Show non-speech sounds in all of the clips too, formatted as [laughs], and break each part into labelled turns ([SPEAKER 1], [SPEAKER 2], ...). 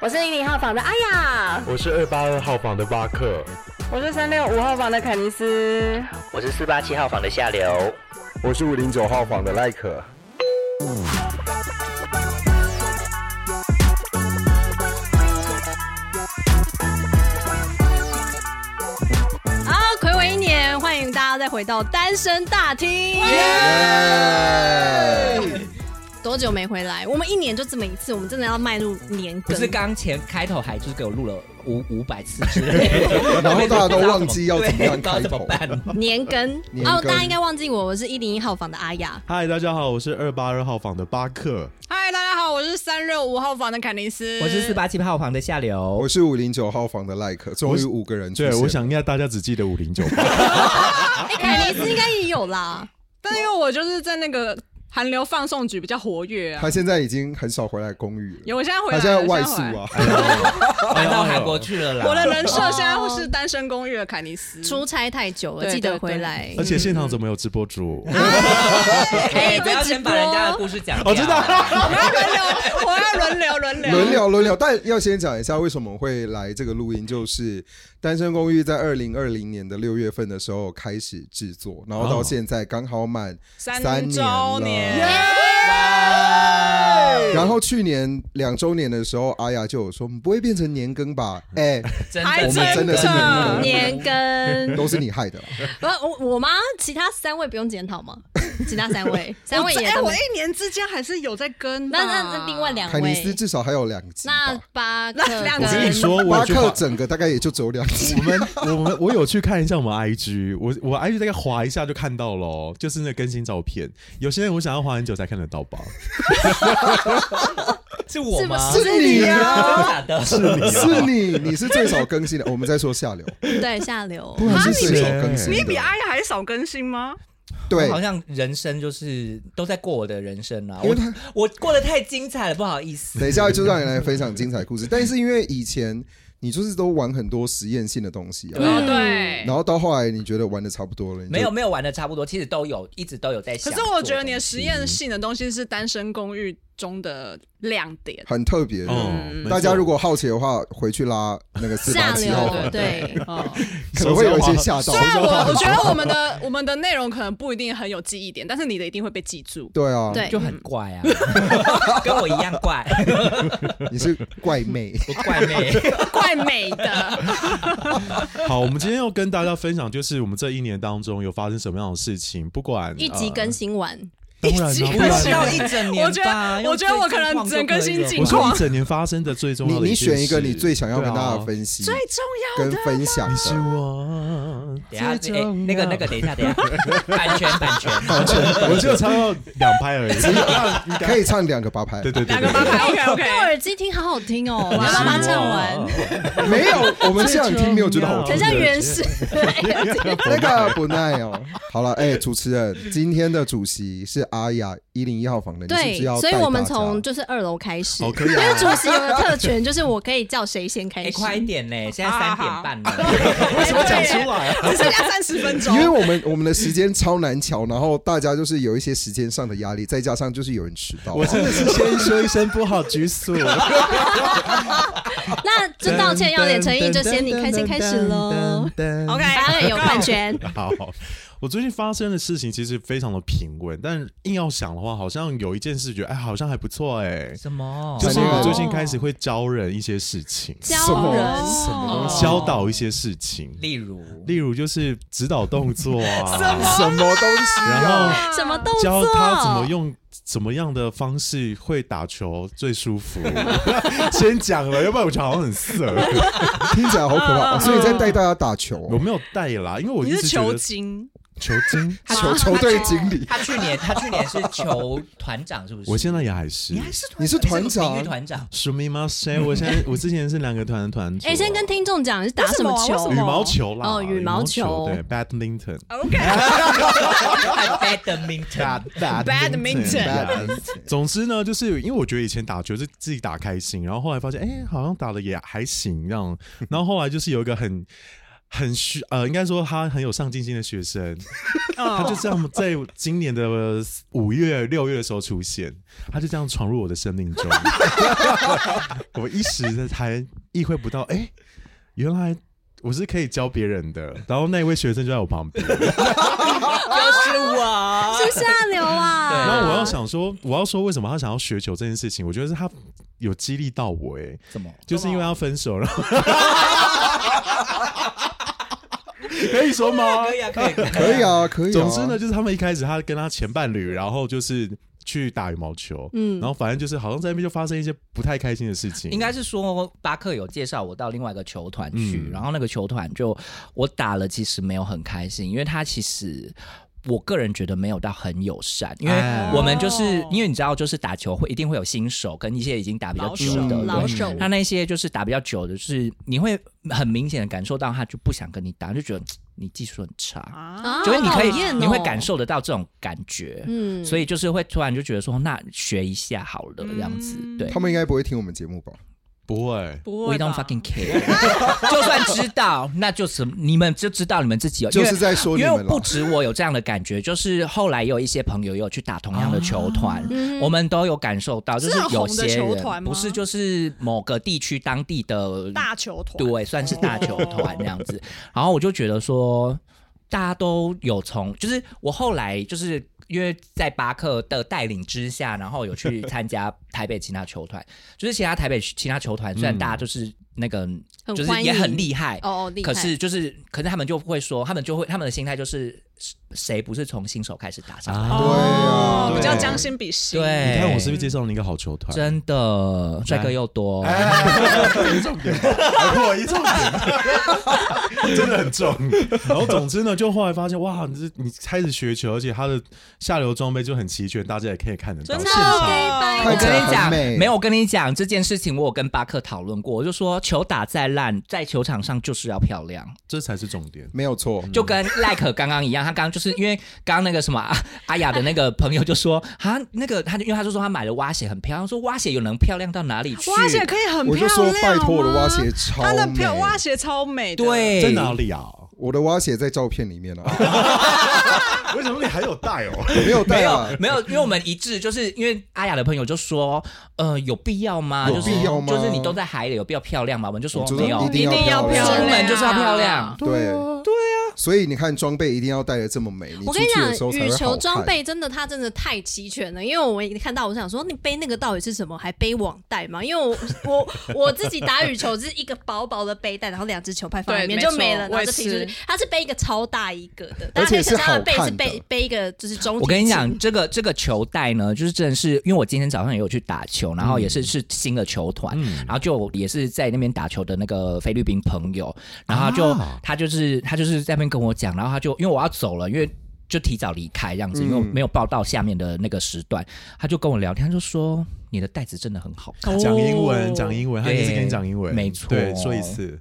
[SPEAKER 1] 我是零零号房的阿雅，
[SPEAKER 2] 我是二八二号房的巴克，
[SPEAKER 1] 我是三六五号房的肯尼斯。
[SPEAKER 3] 我是四八七号房的下流，
[SPEAKER 4] 我是五零九号房的赖可。
[SPEAKER 5] 啊，暌违一年，欢迎大家再回到单身大厅。多久没回来？我们一年就这么一次，我们真的要迈入年
[SPEAKER 3] 不
[SPEAKER 5] 更。
[SPEAKER 3] 是刚前开头还就是给我录了五五百次之类的，
[SPEAKER 4] [laughs] 然后大家都忘记要怎么样
[SPEAKER 3] 对不知道
[SPEAKER 4] 开
[SPEAKER 3] 怎么
[SPEAKER 4] 头。
[SPEAKER 3] 办？
[SPEAKER 5] 年更
[SPEAKER 4] 年更
[SPEAKER 5] 哦，大家应该忘记我，我是一零一号房的阿雅。
[SPEAKER 6] 嗨，大家好，我是二八二号房的巴克。
[SPEAKER 5] 嗨，大家好，我是三六五号房的肯尼斯
[SPEAKER 3] [laughs] 我是四八七号房的下流
[SPEAKER 4] 我，是五零九号房的赖可，终于五个人出现
[SPEAKER 6] 对，我想应该大家只记得五零九吧。
[SPEAKER 5] 哎、肯尼斯应该也有啦。
[SPEAKER 7] 但因为我就是在那个韩流放送局比较活跃啊，
[SPEAKER 4] 他现在已经很少回来公寓了，
[SPEAKER 7] 有我现在回
[SPEAKER 4] 他
[SPEAKER 7] 来，
[SPEAKER 4] 现在
[SPEAKER 7] 我
[SPEAKER 4] 外
[SPEAKER 7] 现
[SPEAKER 4] 宿
[SPEAKER 7] 在回来。
[SPEAKER 4] [laughs] 啊。
[SPEAKER 3] 搬到韩国去了啦。
[SPEAKER 7] 我的人设现在是单身公寓的凯尼斯，
[SPEAKER 5] 出差太久哦了，
[SPEAKER 7] 对
[SPEAKER 5] 记得
[SPEAKER 7] 对对
[SPEAKER 5] 回来。
[SPEAKER 6] 而且现场怎么有直播主？
[SPEAKER 5] 哎、
[SPEAKER 3] 哎不要先把人家的故事讲掉。
[SPEAKER 6] 我知道，
[SPEAKER 7] [laughs] 我要轮流，我要轮流，轮流，
[SPEAKER 4] 轮。流轮流，但要先讲一下为什么会来这个录音，就是《单身公寓》在二零二零年的六月份的时候开始制作，然后到现在刚好满
[SPEAKER 7] 哦三周
[SPEAKER 4] 年
[SPEAKER 7] 年
[SPEAKER 4] 了。
[SPEAKER 3] 哇
[SPEAKER 4] 然后去年两周年的时候，阿雅就有说：“不会变成年更吧？”哎、
[SPEAKER 3] 真
[SPEAKER 7] 还
[SPEAKER 3] 的，
[SPEAKER 4] 我们真的是
[SPEAKER 7] 真
[SPEAKER 4] 年
[SPEAKER 5] 年更，
[SPEAKER 4] 更，都是你害的啦。
[SPEAKER 5] 不，我我吗？其他三位不用检讨吗？其他三位，三位也
[SPEAKER 7] 哎，
[SPEAKER 5] 都没
[SPEAKER 7] 我一年之间还是有在跟吧。
[SPEAKER 5] 那那那另外两
[SPEAKER 4] 凯尼斯
[SPEAKER 5] 位，
[SPEAKER 4] 至少还有两集吧，
[SPEAKER 5] 那八个
[SPEAKER 7] 那两
[SPEAKER 6] 我
[SPEAKER 4] 呃
[SPEAKER 7] 个
[SPEAKER 6] 跟你
[SPEAKER 5] 跟
[SPEAKER 6] 说，我
[SPEAKER 4] 巴
[SPEAKER 6] 有去划
[SPEAKER 4] 克整个大概也就只有两集。
[SPEAKER 6] 我
[SPEAKER 4] [laughs]
[SPEAKER 6] 们 [laughs] 我们我有去看一下我们 IG，我我 IG 大概划一下就看到了哦，就是那更新照片。有些人我想要划很久才看得到吧？
[SPEAKER 3] 是我
[SPEAKER 5] 是不
[SPEAKER 3] 吗？
[SPEAKER 5] 是
[SPEAKER 4] 是你啊，
[SPEAKER 3] 真的假的？
[SPEAKER 6] 是你啊，
[SPEAKER 4] 是你，你是最少更新的。我们在说下流，
[SPEAKER 5] 啊对下流
[SPEAKER 4] 不。然是最少更新的。
[SPEAKER 7] 你比阿雅还少更新吗？
[SPEAKER 4] 对
[SPEAKER 3] 我，好像人生就是都在过我的人生啊，
[SPEAKER 4] 因为
[SPEAKER 3] 我
[SPEAKER 4] 他
[SPEAKER 3] 我过得太精彩了，不好意思。
[SPEAKER 4] 等一下就让你来分享精彩故事。但是因为以前你就是都玩很多实验性的东西啊，
[SPEAKER 7] 哦，
[SPEAKER 5] 嗯
[SPEAKER 7] 对。
[SPEAKER 4] 然后到后来你觉得玩的差不多了，你就
[SPEAKER 3] 没有。没有玩的差不多，其实都有一直都有在
[SPEAKER 7] 可
[SPEAKER 3] 想。
[SPEAKER 7] 是我觉得你的实验性的东西是《单身公寓》中的亮点。
[SPEAKER 4] [laughs] 很特别的，
[SPEAKER 6] 哦没错
[SPEAKER 4] 嗯大家如果好奇的话，回去拉那个四
[SPEAKER 5] 下
[SPEAKER 4] 八七号
[SPEAKER 5] 流
[SPEAKER 4] 房，
[SPEAKER 5] 对，
[SPEAKER 4] [laughs]
[SPEAKER 7] 哦，
[SPEAKER 4] 可能会有一些吓到
[SPEAKER 7] 虽。然我我觉得我们的我们的内容可能不一定很有记忆点，但是你的一定会被记住。
[SPEAKER 4] 对啊，
[SPEAKER 5] 对
[SPEAKER 3] 就很怪
[SPEAKER 7] [laughs]
[SPEAKER 3] 啊，跟我一样
[SPEAKER 6] [laughs]
[SPEAKER 3] 怪，
[SPEAKER 4] 你是怪妹，
[SPEAKER 3] 我怪 [laughs] 妹。
[SPEAKER 7] 怪美的，
[SPEAKER 6] 好，我们今天要跟大家分享，就是我们这一年当中有发生什么样的事情，不管
[SPEAKER 5] 一集更，新完，
[SPEAKER 6] 呃当然
[SPEAKER 7] 一集
[SPEAKER 6] 啦
[SPEAKER 7] 更
[SPEAKER 6] 不然
[SPEAKER 7] 新
[SPEAKER 6] 呢
[SPEAKER 3] 要一整年
[SPEAKER 7] 我觉
[SPEAKER 3] 吧，
[SPEAKER 7] 得我觉得我可能只能更新近
[SPEAKER 6] 我说
[SPEAKER 7] 况
[SPEAKER 6] 一，整年发生的最重
[SPEAKER 4] 你
[SPEAKER 6] 要的
[SPEAKER 4] 你
[SPEAKER 6] 件
[SPEAKER 4] 选一个
[SPEAKER 6] 事
[SPEAKER 4] 你最想要跟大家。
[SPEAKER 6] 对啊
[SPEAKER 4] 分析、
[SPEAKER 7] [laughs] 最重要
[SPEAKER 4] 跟分享
[SPEAKER 6] 你是
[SPEAKER 4] 的。
[SPEAKER 6] 我
[SPEAKER 3] 等一下
[SPEAKER 6] 最
[SPEAKER 3] 哎
[SPEAKER 6] 重要
[SPEAKER 3] 那个那个，等一下等一下，版权版权，
[SPEAKER 6] 我只有唱到两
[SPEAKER 5] [laughs]
[SPEAKER 6] 拍而已。
[SPEAKER 4] [laughs] 可以唱两个八拍，
[SPEAKER 6] 对对对
[SPEAKER 7] 两个八
[SPEAKER 6] 对，
[SPEAKER 7] 排，OK [laughs]
[SPEAKER 5] 用
[SPEAKER 7] OK。
[SPEAKER 5] 耳机听好好听哦， [laughs] 我要把
[SPEAKER 4] 啊
[SPEAKER 5] 它唱完。
[SPEAKER 4] 没有，我们现场听没有觉得好
[SPEAKER 6] 最
[SPEAKER 5] 等
[SPEAKER 4] 听
[SPEAKER 5] 一下
[SPEAKER 6] 重要
[SPEAKER 4] 的，
[SPEAKER 5] 原始，
[SPEAKER 4] 那个不耐哦。好了，哎，主持人，今天的主席是阿雅一零一号房的，你是不
[SPEAKER 5] 对
[SPEAKER 4] 是要，
[SPEAKER 5] 所以
[SPEAKER 4] 带
[SPEAKER 5] 我们
[SPEAKER 4] 大家
[SPEAKER 5] 从就是二楼开始，
[SPEAKER 6] 哦
[SPEAKER 5] 因
[SPEAKER 6] 可以啊
[SPEAKER 5] 为主席有个特权，就是我可以叫谁先开
[SPEAKER 3] 哎，
[SPEAKER 5] 始。
[SPEAKER 3] 快一点嘞，现在
[SPEAKER 7] 好
[SPEAKER 3] 三
[SPEAKER 7] 好好
[SPEAKER 3] 点
[SPEAKER 7] [laughs]
[SPEAKER 3] 半了，
[SPEAKER 7] 为什么讲出
[SPEAKER 6] 来啊？
[SPEAKER 7] 只剩下三十分钟
[SPEAKER 4] 因？为我们我们的时间超难瞧，然后大家就是有一些时间上的压力，再加上就是有人迟到啊，
[SPEAKER 6] 我真的是先说一声不好，拘束。
[SPEAKER 5] 那就道歉要点诚意，就先你开先开始
[SPEAKER 6] [laughs]
[SPEAKER 5] 喽。。
[SPEAKER 7] OK
[SPEAKER 5] 八月有版权，
[SPEAKER 6] 好，我最近发生的事情其实非常的平稳，但硬要想的话，好像有一件事觉得哎，好像还不错哎，
[SPEAKER 3] 什么？
[SPEAKER 6] 就是
[SPEAKER 4] 哦
[SPEAKER 6] 我最近开始会教人一些事情，
[SPEAKER 4] 什
[SPEAKER 5] 教
[SPEAKER 4] 么
[SPEAKER 5] 人
[SPEAKER 4] 什
[SPEAKER 7] 哦
[SPEAKER 4] 么
[SPEAKER 5] 哦
[SPEAKER 4] 东西
[SPEAKER 6] 教导一些事情，
[SPEAKER 3] 哦例如
[SPEAKER 6] 例如就是指导动作啊，
[SPEAKER 4] 什么东西
[SPEAKER 6] 然后
[SPEAKER 4] 啊？
[SPEAKER 5] 什么动作？
[SPEAKER 6] 教他怎么用怎么样的方式会打球最舒服。 [laughs] 先讲了，要不然我觉得好像很色。
[SPEAKER 4] 听起来好可怕，所以在带大家打球哦
[SPEAKER 6] 我没有带啦，因为我
[SPEAKER 7] 你
[SPEAKER 6] 一
[SPEAKER 7] 是
[SPEAKER 6] 直觉
[SPEAKER 7] 球
[SPEAKER 6] 得
[SPEAKER 7] 精，
[SPEAKER 6] 球精，
[SPEAKER 4] 球球队经理，
[SPEAKER 3] 他去年他去年是球团长，是不是？
[SPEAKER 6] 我现在也还是
[SPEAKER 3] 你。还是团
[SPEAKER 4] 你是团
[SPEAKER 3] 你个
[SPEAKER 4] 长
[SPEAKER 3] 体育团长，
[SPEAKER 6] 什么吗？谁？我现在我之前是两个团的团主。啊
[SPEAKER 5] 哎，先跟听众讲你是打什么
[SPEAKER 7] 为什
[SPEAKER 5] 球
[SPEAKER 7] 么
[SPEAKER 6] 羽？毛球啦，
[SPEAKER 5] 哦羽毛
[SPEAKER 6] 毛
[SPEAKER 5] 球
[SPEAKER 6] 对，badminton。
[SPEAKER 3] 还 badminton。
[SPEAKER 4] Badminton
[SPEAKER 6] Badminton [laughs] 总之呢，就是因为我觉得以前打球是自己打开心，然后后来发现，哎、好像打的也还行这样。然后后来就是有一个很 [laughs] 很虚，呃，应该说他很有上进心的学生，他就这样在今年的五月、六月的时候出现，他就这样闯入我的生命中。我一时才意会不到，哎、原来。我是可以教别人的，然后那一位学生就在我旁边，
[SPEAKER 5] 是下流啊！
[SPEAKER 6] 然后我要想说，我要说为什么他想要学球这件事情，我觉得是他有激励到我、欸，
[SPEAKER 3] 怎么？
[SPEAKER 6] 就是因为他分
[SPEAKER 3] [laughs]
[SPEAKER 6] 手了。可以说吗？
[SPEAKER 3] 可以啊，可以。
[SPEAKER 4] 可以啊，可以、啊。
[SPEAKER 6] 总之呢，，就是他们一开始他跟他前伴侣，然后就是去打羽毛球，嗯，然后反正就是好像在那边就发生一些不太开心的事情，
[SPEAKER 3] 应该是说巴克有介绍我到另外一个球团去，
[SPEAKER 6] 嗯
[SPEAKER 3] 然后那个球团就我打了，其实没有很开心，因为他其实。我个人觉得没有到很友善，因为
[SPEAKER 6] 哎
[SPEAKER 3] 我们就是、因为你知道，就是打球会一定会有新手跟一些已经打比较久的，
[SPEAKER 5] 老
[SPEAKER 3] 对
[SPEAKER 5] 手
[SPEAKER 3] 他那些就是打比较久的，就是你会很明显的感受到他就不想跟你打，就觉得嘖你技术很差，
[SPEAKER 7] 啊，
[SPEAKER 3] 就是你可以、
[SPEAKER 5] 讨厌哦
[SPEAKER 3] 你会感受得到这种感觉，
[SPEAKER 5] 嗯
[SPEAKER 3] 所以就是会突然就觉得说，那学一下好了
[SPEAKER 7] 嗯
[SPEAKER 3] 这样子，对。
[SPEAKER 4] 他们应该不会听我们节目吧？
[SPEAKER 6] 不会。
[SPEAKER 7] 不
[SPEAKER 3] We
[SPEAKER 7] 会
[SPEAKER 3] don't
[SPEAKER 7] 吧
[SPEAKER 3] fucking care 。 [laughs] 就算知道，那就是你们就知道你们自己有，因
[SPEAKER 4] 就
[SPEAKER 3] 为
[SPEAKER 4] 是在说你
[SPEAKER 3] 因为
[SPEAKER 4] 们
[SPEAKER 3] 不
[SPEAKER 4] 了。
[SPEAKER 3] 止我有这样的感觉，就是后来也有一些朋友也有去打同样的球团，
[SPEAKER 5] 嗯
[SPEAKER 3] 我们都有感受到，就是
[SPEAKER 7] 嗯是很
[SPEAKER 3] 有
[SPEAKER 7] 红的
[SPEAKER 3] 些
[SPEAKER 7] 球
[SPEAKER 3] 人
[SPEAKER 7] 团吗
[SPEAKER 3] 不是就是某个地区当地的
[SPEAKER 7] 大球团，
[SPEAKER 3] 对，算是大球团这样子。然后我就觉得说，大家都有从，就是我后来就是因为在巴克的带领之下，然后有去参加台北其他球团，就是其他台北其他球团，虽然大家就是那个、
[SPEAKER 5] 很
[SPEAKER 3] 就是
[SPEAKER 5] 欢
[SPEAKER 3] 也很
[SPEAKER 5] 迎
[SPEAKER 3] 厉害。
[SPEAKER 5] 哦，厉害
[SPEAKER 3] 可是就是，可是他们就会说，他们就会他们的心态就是，谁不是从新手开始打上来？
[SPEAKER 6] 啊
[SPEAKER 4] 对啊，
[SPEAKER 7] 哦比较
[SPEAKER 6] 对
[SPEAKER 7] 将心比心。
[SPEAKER 3] 哦对，
[SPEAKER 6] 你看我是不是介绍了你一个好球团？
[SPEAKER 3] 真的帅哥又多，
[SPEAKER 6] 我一重点， [laughs] 真的很重。然后总之呢，就后来发现，哇，你这你开始学球，而且他的下流装备就很齐全，大家也可以看得到。
[SPEAKER 7] 真的哦
[SPEAKER 6] 现场
[SPEAKER 3] 我
[SPEAKER 4] 看
[SPEAKER 3] 跟
[SPEAKER 4] 起来
[SPEAKER 3] 你
[SPEAKER 4] 很
[SPEAKER 3] 讲，
[SPEAKER 4] 美
[SPEAKER 3] 没有，我跟你讲这件事情，我有跟巴克讨论过，我就说球打再烂，在球场上就是要漂亮，
[SPEAKER 6] 这才是重点。
[SPEAKER 4] 没有错，
[SPEAKER 3] [laughs]
[SPEAKER 7] 嗯
[SPEAKER 3] 就跟 like 刚刚一样，他刚刚就是因为刚刚那个什么阿阿雅的那个朋友就说啊，那个他就因为他就说他买了蛙鞋很漂亮，说蛙鞋有能漂亮到哪里去？
[SPEAKER 7] 蛙鞋可以很漂亮
[SPEAKER 4] 我就说拜托，我的蛙鞋
[SPEAKER 7] 吗
[SPEAKER 4] 超
[SPEAKER 7] 它的
[SPEAKER 4] 美
[SPEAKER 7] 漂，蛙鞋超美的，，
[SPEAKER 3] 对，
[SPEAKER 6] 在哪里啊？
[SPEAKER 4] 我的蛙鞋在照片里面
[SPEAKER 6] [laughs]
[SPEAKER 4] 啊，
[SPEAKER 6] 为什么你还有带哦？
[SPEAKER 4] 我没有
[SPEAKER 3] 没
[SPEAKER 4] 带啊
[SPEAKER 3] 有，没有，因为我们一致，就是因为阿雅的朋友就说，呃，有必要吗？
[SPEAKER 4] 有
[SPEAKER 3] 就是
[SPEAKER 4] 必要吗
[SPEAKER 3] 就是你都在海里，有必要漂亮吗？我们就说
[SPEAKER 4] 我觉
[SPEAKER 3] 没有
[SPEAKER 4] 得，
[SPEAKER 7] 一定要
[SPEAKER 4] 要
[SPEAKER 7] 漂亮啊
[SPEAKER 3] 出门就是要漂亮。
[SPEAKER 4] 对对啊，所以你看装备一定要带的这么美，你
[SPEAKER 5] 我
[SPEAKER 4] 出
[SPEAKER 5] 跟你
[SPEAKER 4] 去的时
[SPEAKER 5] 讲，
[SPEAKER 4] 候才
[SPEAKER 5] 羽
[SPEAKER 4] 会好
[SPEAKER 5] 球
[SPEAKER 4] 看
[SPEAKER 5] 装备真的，它真的太齐全了。因为我一看到，我想说，你背那个到底是什么？还背网袋吗？因为我我我自己打羽球是一个薄薄的背带，然后两只球拍放里面
[SPEAKER 7] 对
[SPEAKER 5] 就
[SPEAKER 7] 没错
[SPEAKER 5] 没了，然
[SPEAKER 7] 我
[SPEAKER 5] 后
[SPEAKER 7] 也
[SPEAKER 5] 就是平出去。它是背一个超大一个的，大
[SPEAKER 4] 而
[SPEAKER 5] 家可以
[SPEAKER 4] 且是
[SPEAKER 5] 想象它的背
[SPEAKER 4] 好
[SPEAKER 5] 是
[SPEAKER 4] 看的
[SPEAKER 5] 背背一个就是中。
[SPEAKER 3] 我跟你讲，，这个这个球带呢，就是真的是，因为我今天早上也有去打球，然后也是是新的球团，然后就也是在那边打球的那个菲律宾朋友，然后他就、
[SPEAKER 6] 啊
[SPEAKER 3] 他就是他就是在那边跟我讲，然后他就因为我要走了，因为。就提早离开这样子，因为我没有报到下面的那个时段，他就跟我聊天，他就说你的袋子真的很好看，
[SPEAKER 6] 讲英文，讲英文，他一直跟你讲英
[SPEAKER 3] 对
[SPEAKER 6] 文，
[SPEAKER 3] 没错
[SPEAKER 6] 对，说一次。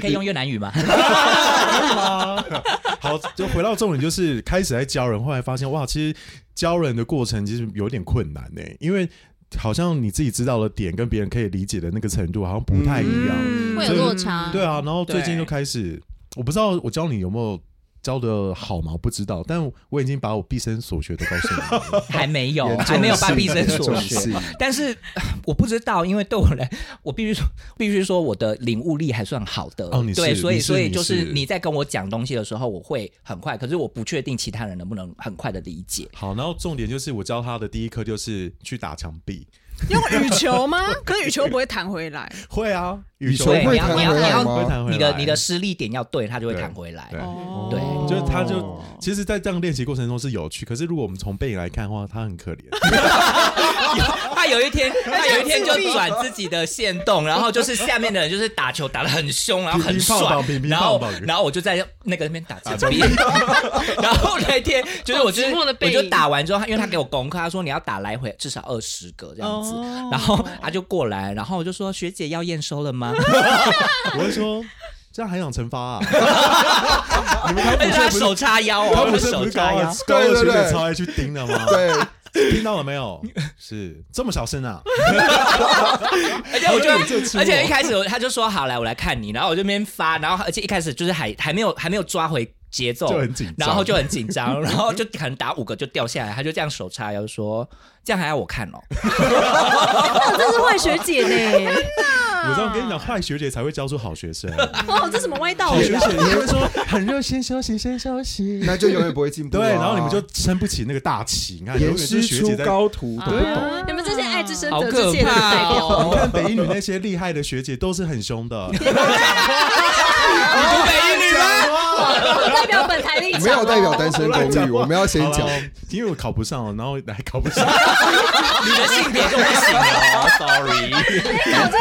[SPEAKER 3] 可以用越南语吗？
[SPEAKER 6] 啊 [laughs] 好，就回到重点，就是开始在教人，后来发现哇，其实教人的过程其实有点困难呢、因为好像你自己知道的点跟别人可以理解的那个程度好像不太一样。
[SPEAKER 5] 嗯会
[SPEAKER 6] 所
[SPEAKER 5] 有
[SPEAKER 6] 以
[SPEAKER 4] 嗯
[SPEAKER 5] 落差。
[SPEAKER 6] 对啊，然后最近
[SPEAKER 7] 对
[SPEAKER 6] 就开始，我不知道我教你有没有教的好吗？我不知道，但我已经把我毕生所学都告诉你了。 [laughs]
[SPEAKER 3] [laughs] 还没有
[SPEAKER 4] 严，重
[SPEAKER 3] 还没有
[SPEAKER 4] 性
[SPEAKER 3] 把毕生所
[SPEAKER 4] 严重
[SPEAKER 3] 学
[SPEAKER 4] 性。
[SPEAKER 3] 但是 [sighs] 呃我不知道，因为对我来， [laughs] 我必须说，必须说我的领悟力还算好的。
[SPEAKER 6] 哦你是
[SPEAKER 3] 对，所以
[SPEAKER 6] 你是
[SPEAKER 3] 所以
[SPEAKER 6] 你
[SPEAKER 3] 就是
[SPEAKER 6] 是
[SPEAKER 3] 你在跟我讲东西的时候，我会很快，可是我不确定其他人能不能很快的理解。
[SPEAKER 6] 好，然后重点就是我教他的第一课就是去打墙壁，
[SPEAKER 7] 用羽球吗？ [laughs] 可是羽球不会弹回来，
[SPEAKER 6] 会啊，
[SPEAKER 4] 羽球
[SPEAKER 3] 对
[SPEAKER 4] 会
[SPEAKER 3] 你要你
[SPEAKER 4] 弹回
[SPEAKER 3] 要你
[SPEAKER 4] 来
[SPEAKER 3] 要
[SPEAKER 6] 会
[SPEAKER 4] 吗？
[SPEAKER 6] 弹回
[SPEAKER 3] 你
[SPEAKER 6] 来，
[SPEAKER 3] 的你的失力点要对，它就会
[SPEAKER 6] 对
[SPEAKER 3] 弹回来
[SPEAKER 6] 对。
[SPEAKER 7] 哦
[SPEAKER 3] 对
[SPEAKER 6] 就是他
[SPEAKER 4] 哦
[SPEAKER 6] 就其
[SPEAKER 3] [laughs]
[SPEAKER 6] 实，[laughs] 在这样练习过程中是有趣，可是如果我们从背影来看的话，他很可怜。
[SPEAKER 3] 他有一天，他有一天就转自己的线动，然后就是下面的人就是打球打得很凶，然后很帅
[SPEAKER 6] 乒，乒乓乓乒乒乓乓
[SPEAKER 3] 然后然后我就在那个那边打墙壁， [laughs] 然后那天就是我就是
[SPEAKER 8] 好寂寞的
[SPEAKER 3] 我
[SPEAKER 8] 背影
[SPEAKER 3] 就打完之后，因为他给我功课，他说你要打来回至少二十个这样子，
[SPEAKER 6] 哦
[SPEAKER 3] 然后他就过来，然后我就说学姐要验收了
[SPEAKER 6] [laughs]
[SPEAKER 3] 吗？
[SPEAKER 6] 我会说这样还想惩
[SPEAKER 3] [laughs]
[SPEAKER 6] 罚啊？你们
[SPEAKER 3] 而且
[SPEAKER 6] 台
[SPEAKER 3] 他
[SPEAKER 6] 北不是
[SPEAKER 3] 手叉腰哦，
[SPEAKER 6] 他不是
[SPEAKER 3] 手
[SPEAKER 6] 不是高啊
[SPEAKER 3] 叉
[SPEAKER 6] 二
[SPEAKER 3] 腰。
[SPEAKER 6] 高
[SPEAKER 4] 对
[SPEAKER 6] 二
[SPEAKER 4] 对
[SPEAKER 6] 学
[SPEAKER 4] 对
[SPEAKER 6] 姐超爱去盯的吗？
[SPEAKER 4] 对，
[SPEAKER 6] 听到了没有？是这么小声啊？
[SPEAKER 3] 而且我就
[SPEAKER 6] 还有这次，
[SPEAKER 3] 而且一开始我他就说好来，我来看你，然后我就那边发，然后而且一开始就是还还没有还没有抓回节奏，
[SPEAKER 6] 就很紧张
[SPEAKER 3] 然后就很紧张，然后就可能打五个就掉下来，他就这样手叉腰说，这样还要我看
[SPEAKER 6] [laughs]
[SPEAKER 3] 哦，
[SPEAKER 5] 哦，这是坏学姐呢！
[SPEAKER 6] 我这样跟你讲，坏学姐才会教出好学生。
[SPEAKER 5] 哦，这什么歪道
[SPEAKER 6] 好
[SPEAKER 5] 理
[SPEAKER 6] 学
[SPEAKER 5] 啊？
[SPEAKER 6] 姐你会说很热，先休息，先休息。
[SPEAKER 4] [laughs] 那就永远不会进步啊。
[SPEAKER 6] 对，然后你们就撑不起那个大旗，你看，永
[SPEAKER 4] 严
[SPEAKER 6] 远是
[SPEAKER 4] 师
[SPEAKER 6] 学姐
[SPEAKER 4] 出
[SPEAKER 6] 在。
[SPEAKER 4] 高徒，懂不懂？
[SPEAKER 5] 你们这些爱之深
[SPEAKER 3] 好
[SPEAKER 5] 责之
[SPEAKER 3] 可
[SPEAKER 5] 切的代
[SPEAKER 3] 怕
[SPEAKER 5] 表，
[SPEAKER 6] 你看
[SPEAKER 3] 哦！
[SPEAKER 6] 北一女那些厉害的学姐都是很凶的，
[SPEAKER 3] 你不美女吗？
[SPEAKER 5] 我 [laughs] 代表本台立场。哦
[SPEAKER 4] 没有代表单身
[SPEAKER 6] [laughs] 乱讲
[SPEAKER 4] 公寓，
[SPEAKER 6] 话
[SPEAKER 4] 我们要先
[SPEAKER 6] 好
[SPEAKER 4] 讲
[SPEAKER 6] 啦。因为我考不上了，然后还考不上，
[SPEAKER 3] 你的性别就不行哦，sorry。 [laughs]
[SPEAKER 4] [laughs]